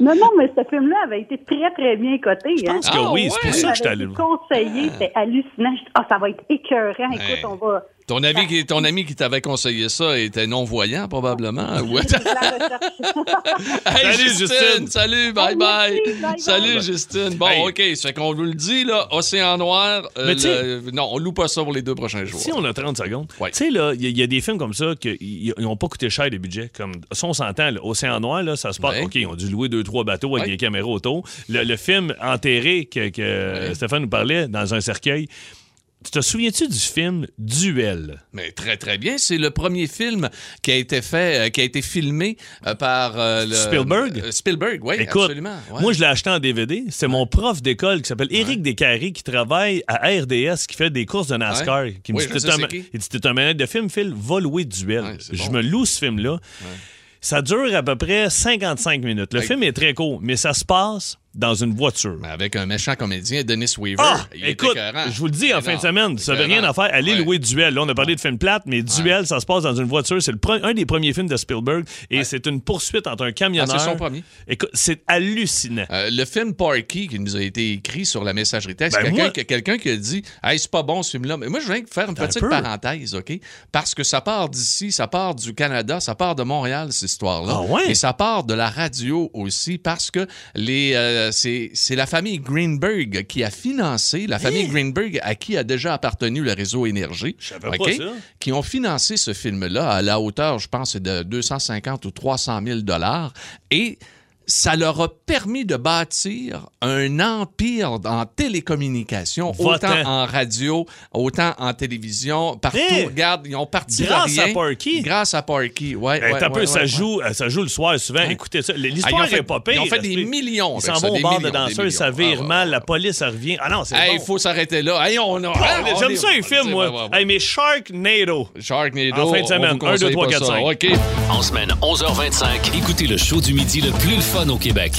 [SPEAKER 10] Non, non, mais ce film-là avait été très, très bien coté. hein. Je
[SPEAKER 3] pense que Ah, oui, c'est pour ouais? ça que j'étais allé le voir.
[SPEAKER 10] conseillé, c'était hallucinant. Je- Ah, ça va être écœurant. Écoute,
[SPEAKER 2] Hey.
[SPEAKER 10] on va...
[SPEAKER 2] Ton ami, qui, ton ami qui t'avait conseillé ça était non-voyant, probablement. Ouais. Hey,
[SPEAKER 3] Salut,
[SPEAKER 2] Justine.
[SPEAKER 3] Justine.
[SPEAKER 2] Salut, bye bye.
[SPEAKER 10] merci, bye, bye.
[SPEAKER 2] Salut, Justine. Bon,
[SPEAKER 3] Hey.
[SPEAKER 2] OK, ça fait qu'on vous le dit, là, Océan Noir. euh,
[SPEAKER 3] Mais tu sais-
[SPEAKER 2] le- Non, on loue pas ça pour les deux prochains jours.
[SPEAKER 3] Si on a 30 secondes, tu sais, là, il y, a- il y a des films comme ça qui n'ont pas coûté cher des budgets. Comme, si on s'entend, là, Océan Noir, là, ça se passe. OK, ils ont dû louer deux, trois bateaux avec
[SPEAKER 2] Ouais.
[SPEAKER 3] des caméras autour. Le, le film Enterré que, que Stéphane nous parlait dans un cercueil. Tu te souviens-tu du film Duel?
[SPEAKER 2] Mais très, très bien. C'est le premier film qui a été fait, euh, qui a été filmé euh, par euh, le-
[SPEAKER 3] Spielberg?
[SPEAKER 2] euh, Spielberg, oui,
[SPEAKER 3] Écoute,
[SPEAKER 2] absolument. ouais.
[SPEAKER 3] moi, je l'ai acheté en DVD. C'est mon prof d'école qui s'appelle Éric Descarrés qui travaille à RDS, qui fait des courses de NASCAR.
[SPEAKER 2] Ouais.
[SPEAKER 3] Qui me
[SPEAKER 2] Oui,
[SPEAKER 3] dit,
[SPEAKER 2] je
[SPEAKER 3] T'es
[SPEAKER 2] sais
[SPEAKER 3] un,
[SPEAKER 2] c'est
[SPEAKER 3] ma-
[SPEAKER 2] qui.
[SPEAKER 3] il dit, T'es un manette de film, Phil, va louer Duel. je me loue ce film-là. Ça dure à peu près 55 minutes. Le
[SPEAKER 2] Hey.
[SPEAKER 3] film est très court, mais ça se passe dans une voiture.
[SPEAKER 2] Mais Avec un méchant comédien, Dennis Weaver.
[SPEAKER 3] Ah,
[SPEAKER 2] Ben, il était
[SPEAKER 3] écoute,
[SPEAKER 2] écœurant.
[SPEAKER 3] je vous le dis, en
[SPEAKER 2] Mais
[SPEAKER 3] fin de
[SPEAKER 2] non,
[SPEAKER 3] semaine, ça n'avez rien à
[SPEAKER 2] écœurant.
[SPEAKER 3] faire. Allez
[SPEAKER 2] Ouais.
[SPEAKER 3] louer Duel. Là, on a parlé de film plate, mais Duel, ça se passe dans une voiture. C'est le pre- un des premiers films de Spielberg et c'est une poursuite entre un camionneur.
[SPEAKER 2] Ah, c'est son premier.
[SPEAKER 3] Écoute, c'est hallucinant.
[SPEAKER 2] Euh, le film Parky qui nous a été écrit sur la messagerie texte,
[SPEAKER 3] Ben,
[SPEAKER 2] quelqu'un
[SPEAKER 3] moi-
[SPEAKER 2] qui- quelqu'un qui a dit Hey, c'est pas bon ce film-là. Mais moi, je viens de faire une
[SPEAKER 3] Attends un
[SPEAKER 2] petite
[SPEAKER 3] peu.
[SPEAKER 2] parenthèse, OK? Parce que ça part d'ici, ça part du Canada, ça part de Montréal, cette histoire-là.
[SPEAKER 3] Ah ouais?
[SPEAKER 2] Et ça part de la radio aussi, parce que les euh, c'est c'est la famille Greenberg qui a financé, la famille Greenberg à qui a déjà appartenu le réseau Énergie.
[SPEAKER 3] Hein? savais
[SPEAKER 2] OK?
[SPEAKER 3] pas ça.
[SPEAKER 2] qui ont financé ce film-là à la hauteur, je pense, c'est de 250 ou 300 000 dollars. Et ça leur a permis de bâtir un empire en télécommunications,
[SPEAKER 3] Va-t'en.
[SPEAKER 2] autant en radio, autant en télévision, partout.
[SPEAKER 3] Hey!
[SPEAKER 2] Regarde, ils ont parti de
[SPEAKER 3] Eh! Grâce à
[SPEAKER 2] rien.
[SPEAKER 3] Parky.
[SPEAKER 2] Grâce à Parky, ouais.
[SPEAKER 3] Ben,
[SPEAKER 2] ouais,
[SPEAKER 3] t'as peu,
[SPEAKER 2] ouais,
[SPEAKER 3] ça,
[SPEAKER 2] ouais, ouais.
[SPEAKER 3] joue, euh, ça joue le soir souvent. Écoutez ça. L'histoire
[SPEAKER 2] Ah, ils ont fait-
[SPEAKER 3] est pas pire.
[SPEAKER 2] ils ont fait des
[SPEAKER 3] Esprit.
[SPEAKER 2] millions
[SPEAKER 3] Ils
[SPEAKER 2] avec
[SPEAKER 3] s'en
[SPEAKER 2] ça,
[SPEAKER 3] vont au
[SPEAKER 2] des
[SPEAKER 3] bar de
[SPEAKER 2] millions, des
[SPEAKER 3] danseurs, ça
[SPEAKER 2] millions.
[SPEAKER 3] vire
[SPEAKER 2] Ah, ouais,
[SPEAKER 3] mal, la police, ça revient. Ah non, c'est
[SPEAKER 2] Hey, il
[SPEAKER 3] bon.
[SPEAKER 2] faut s'arrêter là. Hey, on a-
[SPEAKER 3] Ah,
[SPEAKER 2] on
[SPEAKER 3] J'aime
[SPEAKER 2] est-
[SPEAKER 3] ça, les
[SPEAKER 2] on
[SPEAKER 3] films,
[SPEAKER 2] est-
[SPEAKER 3] moi.
[SPEAKER 2] ouais, ouais, ouais.
[SPEAKER 3] Hey, mais Sharknado.
[SPEAKER 2] Sharknado,
[SPEAKER 3] En fin de
[SPEAKER 2] on
[SPEAKER 3] semaine,
[SPEAKER 2] vous
[SPEAKER 3] 1, 2, 3,
[SPEAKER 2] conseille
[SPEAKER 3] 4,
[SPEAKER 2] pas ça.
[SPEAKER 3] 5.
[SPEAKER 2] OK.
[SPEAKER 1] En semaine, 11h25, écoutez le show du midi le plus le fun au Québec.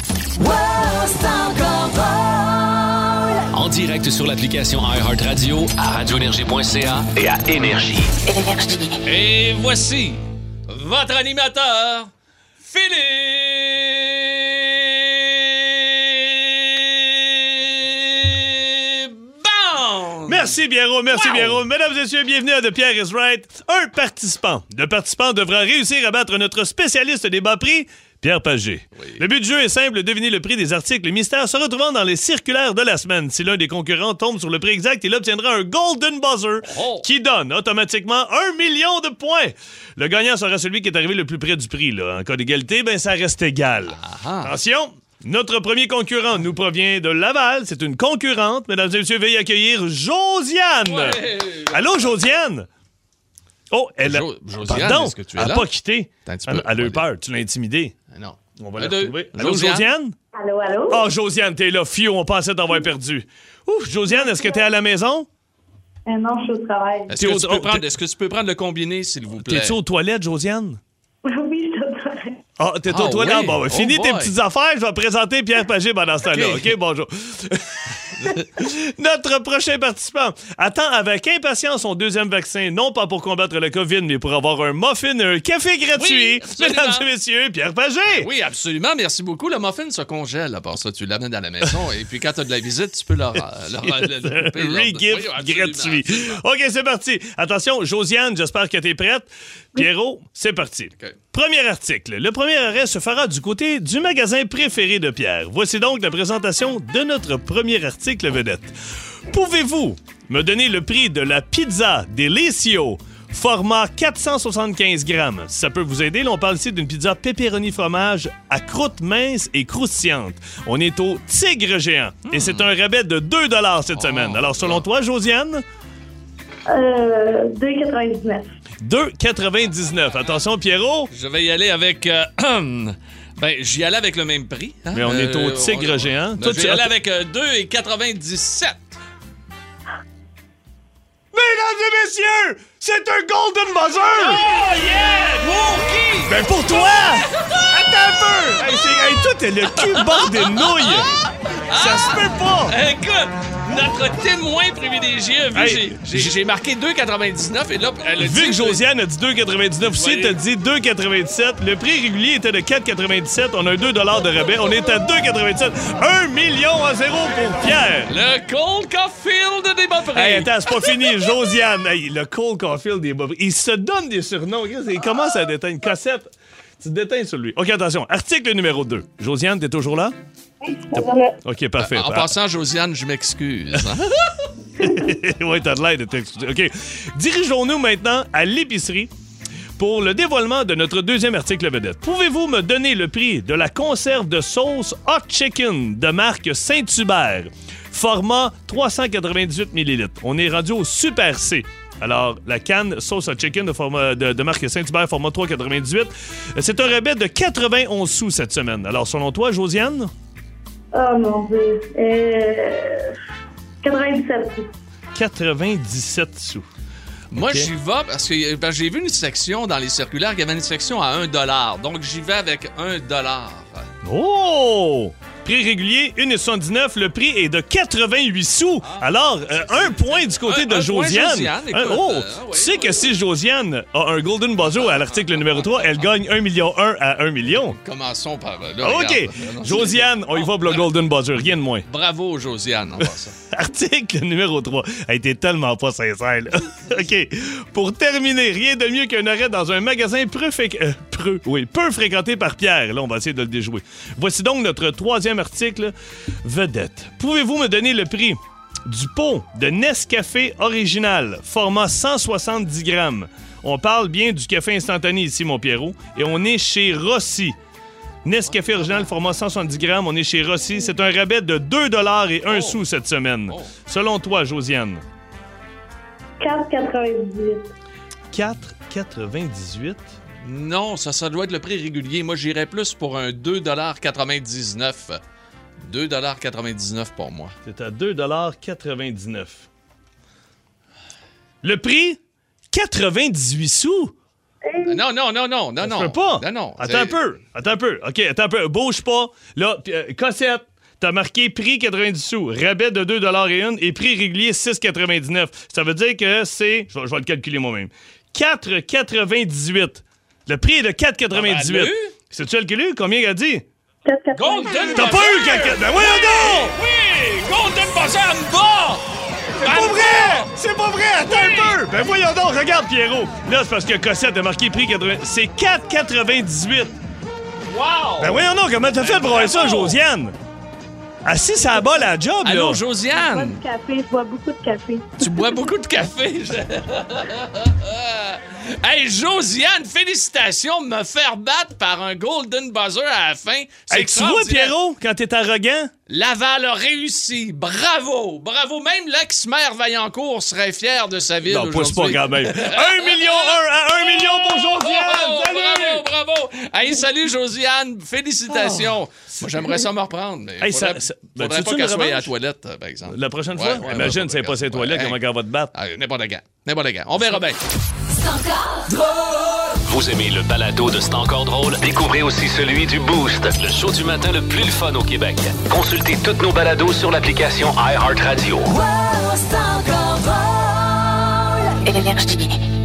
[SPEAKER 1] En direct sur l'application iHeartRadio, à radioénergie.ca et à Énergie.
[SPEAKER 2] Et voici votre animateur, Philippe Bond.
[SPEAKER 3] Merci, Biero. Merci, Biero. Mesdames et messieurs, bienvenue à The Pierre is Right. Un participant. Le participant devra réussir à battre notre spécialiste des bas prix, Pierre Pagé. Le but du jeu est simple, devinez le prix des articles. Le mystère se retrouvant dans les circulaires de la semaine. Si l'un des concurrents tombe sur le prix exact, il obtiendra un Golden Buzzer qui donne automatiquement un million de points. Le gagnant sera celui qui est arrivé le plus près du prix. là. En cas d'égalité, ben ça reste égal. Attention! Notre premier concurrent nous provient de Laval. C'est une concurrente. Mesdames et messieurs, veuillez accueillir Josiane.
[SPEAKER 2] Ouais.
[SPEAKER 3] Allô, Josiane? Oh, elle a...
[SPEAKER 2] Josiane,
[SPEAKER 3] Pardon,
[SPEAKER 2] est-ce que tu es
[SPEAKER 3] elle
[SPEAKER 2] là?
[SPEAKER 3] n'a pas quitté.
[SPEAKER 2] Attends un petit
[SPEAKER 3] Elle,
[SPEAKER 2] peu.
[SPEAKER 3] elle a eu peur. Tu l'as intimidée.
[SPEAKER 2] Non.
[SPEAKER 3] On va la
[SPEAKER 2] Un, deux.
[SPEAKER 3] retrouver. Allô,
[SPEAKER 2] Josiane?
[SPEAKER 3] Josiane?
[SPEAKER 13] Allô, allô?
[SPEAKER 3] Oh, Josiane, t'es là. Fio, on pensait t'avoir perdu. Ouf, Josiane, est-ce que t'es à la maison?
[SPEAKER 13] Euh, non, je suis au travail.
[SPEAKER 2] Est-ce que, tu peux prendre, est-ce que tu peux prendre le combiné, s'il vous plaît?
[SPEAKER 3] T'es-tu aux toilettes, Josiane?
[SPEAKER 13] Oui, je suis au travail.
[SPEAKER 3] Ah, t'es
[SPEAKER 2] Ah
[SPEAKER 3] aux toilettes.
[SPEAKER 2] oui?
[SPEAKER 3] Bon, ben,
[SPEAKER 2] Oh
[SPEAKER 3] finis tes
[SPEAKER 2] boy.
[SPEAKER 3] petites affaires. Je vais présenter Pierre Pagé pendant ce temps-là.
[SPEAKER 2] OK.
[SPEAKER 3] OK, bonjour. Notre prochain participant attend avec impatience son deuxième vaccin, non pas pour combattre le COVID, mais pour avoir un muffin et un café gratuit.
[SPEAKER 2] absolument.
[SPEAKER 3] Mesdames et messieurs, Pierre Pagé.
[SPEAKER 2] Oui, absolument. Merci beaucoup. Le muffin se congèle. À part ça, tu l'amènes à la maison. et puis, quand tu as de la visite, tu peux leur. euh, leur, leur-
[SPEAKER 3] C'est
[SPEAKER 2] leur-
[SPEAKER 3] un
[SPEAKER 2] leur- leur-
[SPEAKER 3] re-gift
[SPEAKER 2] Oui, absolument.
[SPEAKER 3] gratuit. OK, c'est parti. Attention, Josiane, j'espère que tu es prête. Pierrot, c'est parti. Premier article. Le premier arrêt se fera du côté du magasin préféré de Pierre. Voici donc la présentation de notre premier article vedette. Pouvez-vous me donner le prix de la pizza Delicio Format 475 grammes. Si ça peut vous aider, là, on parle ici d'une pizza pepperoni fromage à croûte mince et croustillante. On est au Tigre Géant et c'est un rabais de 2 cette semaine. Alors, selon toi, Josiane?
[SPEAKER 13] Euh, 2,99.
[SPEAKER 3] 2,99. Attention, Pierrot.
[SPEAKER 2] Je vais y aller avec. euh, ben, j'y allais avec le même prix. hein.
[SPEAKER 3] Mais on est au
[SPEAKER 2] Euh,
[SPEAKER 3] Tigre
[SPEAKER 2] on-
[SPEAKER 3] Géant.
[SPEAKER 2] Ben,
[SPEAKER 3] Toi,
[SPEAKER 2] je
[SPEAKER 3] tu-
[SPEAKER 2] vais y aller avec euh, 2,97.
[SPEAKER 3] Mesdames et messieurs, c'est un Golden Buzzer! Oh yeah! Pour qui? Ben pour toi! Attends un peu! Hey, c'est- hey, toi, t'es le cul bord des nouilles! Ça se peut pas!
[SPEAKER 2] Écoute, notre témoin privilégié a vu.
[SPEAKER 3] Hey,
[SPEAKER 2] j'ai, j'ai- j'ai marqué 2,99 et là, euh, elle a dit.
[SPEAKER 3] Vu que Josiane a dit 2,99 aussi,
[SPEAKER 2] Oui.
[SPEAKER 3] t'as dit 2,97. Le prix régulier était de 4,97. On a un 2 de rabais. On est à 2,97. 1 million à zéro pour Pierre!
[SPEAKER 2] Le Cold Caulfield des bas prix.
[SPEAKER 3] Hey, attends, c'est pas fini. Josiane, hey, le Cole Caulfield, il, est bas- il se donne des surnoms. Regarde, Il
[SPEAKER 2] Ah.
[SPEAKER 3] commence à déteindre. Cossette, tu te déteins sur lui. OK, attention. Article numéro 2. Josiane, t'es toujours là? OK, parfait.
[SPEAKER 2] En passant, Josiane, je m'excuse. hein.
[SPEAKER 3] oui, t'as de l'air de t'excuser. OK. Dirigeons-nous maintenant à l'épicerie pour le dévoilement de notre deuxième article vedette. Pouvez-vous me donner le prix de la conserve de sauce Hot Chicken de marque Saint-Hubert, format 398 ml. On est rendu au Super C. Alors, la canne sauce Hot Chicken de, format- de- de marque Saint-Hubert, format 3,98, c'est un rabais de 91 sous cette semaine. Alors, selon toi, Josiane?
[SPEAKER 13] Oh mon dieu. Euh, 97.
[SPEAKER 3] 97 sous.
[SPEAKER 2] Moi,
[SPEAKER 3] Ok.
[SPEAKER 2] j'y vais parce que euh, ben, j'ai vu une section dans les circulaires qui avait une section à 1 Donc, j'y vais avec 1
[SPEAKER 3] Oh! Prix régulier, 1,79. Le prix est de 88 sous. Alors, euh, un point du côté de
[SPEAKER 2] Ah. un point
[SPEAKER 3] Josiane.
[SPEAKER 2] Josiane, écoute,
[SPEAKER 3] Un- oh!
[SPEAKER 2] euh,
[SPEAKER 3] tu sais que si Josiane a un Golden Buzzer à l'article numéro 3, elle gagne 1 million 1 à 1 million.
[SPEAKER 2] Commençons par euh, là.
[SPEAKER 3] Ah, OK!
[SPEAKER 2] regarde. Euh, non, Ah.
[SPEAKER 3] Josiane, on y va pour le Golden Buzzer, rien de moins.
[SPEAKER 2] Bravo, Josiane, en passant.
[SPEAKER 3] Article numéro 3. Elle était tellement pas sincère, là. OK. Pour terminer, rien de mieux qu'un arrêt dans un magasin peu, fréqu- euh, preux- oui, peu fréquenté par Pierre. Là, on va essayer de le déjouer. Voici donc notre troisième article. Vedette. Pouvez-vous me donner le prix du pot de Nescafé original, format 170 grammes? On parle bien du café instantané ici, mon Pierrot, et on est chez Rossi. Nescafé original format 170 grammes, on est chez Rossi. C'est un rabais de 2 et 1 sou cette semaine. Selon toi, Josiane.
[SPEAKER 13] 4,98.
[SPEAKER 3] 4,98.
[SPEAKER 2] Non, ça, ça doit être le prix régulier. Moi, j'irais plus pour un 2,99 2,99 pour moi.
[SPEAKER 3] C'est à 2,99 Le prix 98 sous.
[SPEAKER 2] Euh, Non, non, non, non, non, non.
[SPEAKER 3] Je peux pas.
[SPEAKER 2] Non, non.
[SPEAKER 3] Attends un peu. Attends un peu. OK, attends un peu. Bouge pas. Là, pis, euh, Cossette, t'as marqué prix 90 sous, rabais de 2 et 1 et prix régulier 6,99. Ça veut dire que c'est. Je vais- je vais le calculer moi-même. 4,98. Le prix est de 4,98.
[SPEAKER 2] Ah, ben, elle l'a eu.
[SPEAKER 3] C'est-tu elle qui l'a eu? Combien elle a dit?
[SPEAKER 2] Golden
[SPEAKER 3] T'as pas eu
[SPEAKER 2] Buzzer!
[SPEAKER 3] 4,98. Ben voyons donc!
[SPEAKER 2] Oui! Golden Buzzer me bat!
[SPEAKER 3] C'est pas vrai! C'est pas vrai! Attends un peu! Ben voyons donc, regarde Pierrot! Là, c'est parce que Cossette a marqué prix 80. C'est 4,98!
[SPEAKER 2] Wow!
[SPEAKER 3] Ben voyons non, comment t'as fait pour avoir ça, Josiane? Assis ça bas la job, là.
[SPEAKER 2] Allô,
[SPEAKER 13] Je bois
[SPEAKER 2] Josiane!
[SPEAKER 13] du café, je bois beaucoup de café.
[SPEAKER 2] Tu bois beaucoup de café. je- hey, Josiane, félicitations de me faire battre par un golden buzzer à la fin. C'est
[SPEAKER 3] Hey, tu vois,
[SPEAKER 2] extraordinaire.
[SPEAKER 3] Pierrot, quand t'es arrogant?
[SPEAKER 2] Laval a réussi. Bravo, bravo. Même l'ex-maire Vaillancourt serait fier de sa ville
[SPEAKER 3] Non, pousse pas
[SPEAKER 2] aujourd'hui.
[SPEAKER 3] quand même. Un million, un à un million pour Josiane!
[SPEAKER 2] Oh,
[SPEAKER 3] Salut!
[SPEAKER 2] bravo, bravo. Hey, salut Josiane, félicitations. Moi, j'aimerais ça me reprendre, mais
[SPEAKER 3] Hey,
[SPEAKER 2] faudrait,
[SPEAKER 3] ça- ça- ben,
[SPEAKER 2] faudrait
[SPEAKER 3] tu veux-tu
[SPEAKER 2] pas
[SPEAKER 3] une
[SPEAKER 2] qu'elle soit à la
[SPEAKER 3] revanche?
[SPEAKER 2] toilette, euh, par exemple.
[SPEAKER 3] La prochaine
[SPEAKER 2] Ouais,
[SPEAKER 3] fois?
[SPEAKER 2] ouais,
[SPEAKER 3] Imagine,
[SPEAKER 2] ouais,
[SPEAKER 3] c'est
[SPEAKER 2] ouais,
[SPEAKER 3] pas ses
[SPEAKER 2] ouais,
[SPEAKER 3] toilettes,
[SPEAKER 2] ouais.
[SPEAKER 3] comment qu'elle va te battre.
[SPEAKER 2] Ah, N'importe quand, n'importe quand. On verra bien.
[SPEAKER 1] Vous aimez le balado de C'est encore drôle? Découvrez aussi celui du Boost, le show du matin le plus le fun au Québec. Consultez toutes nos balados sur l'application iHeartRadio.
[SPEAKER 4] Wow, c'est encore drôle. Énergie.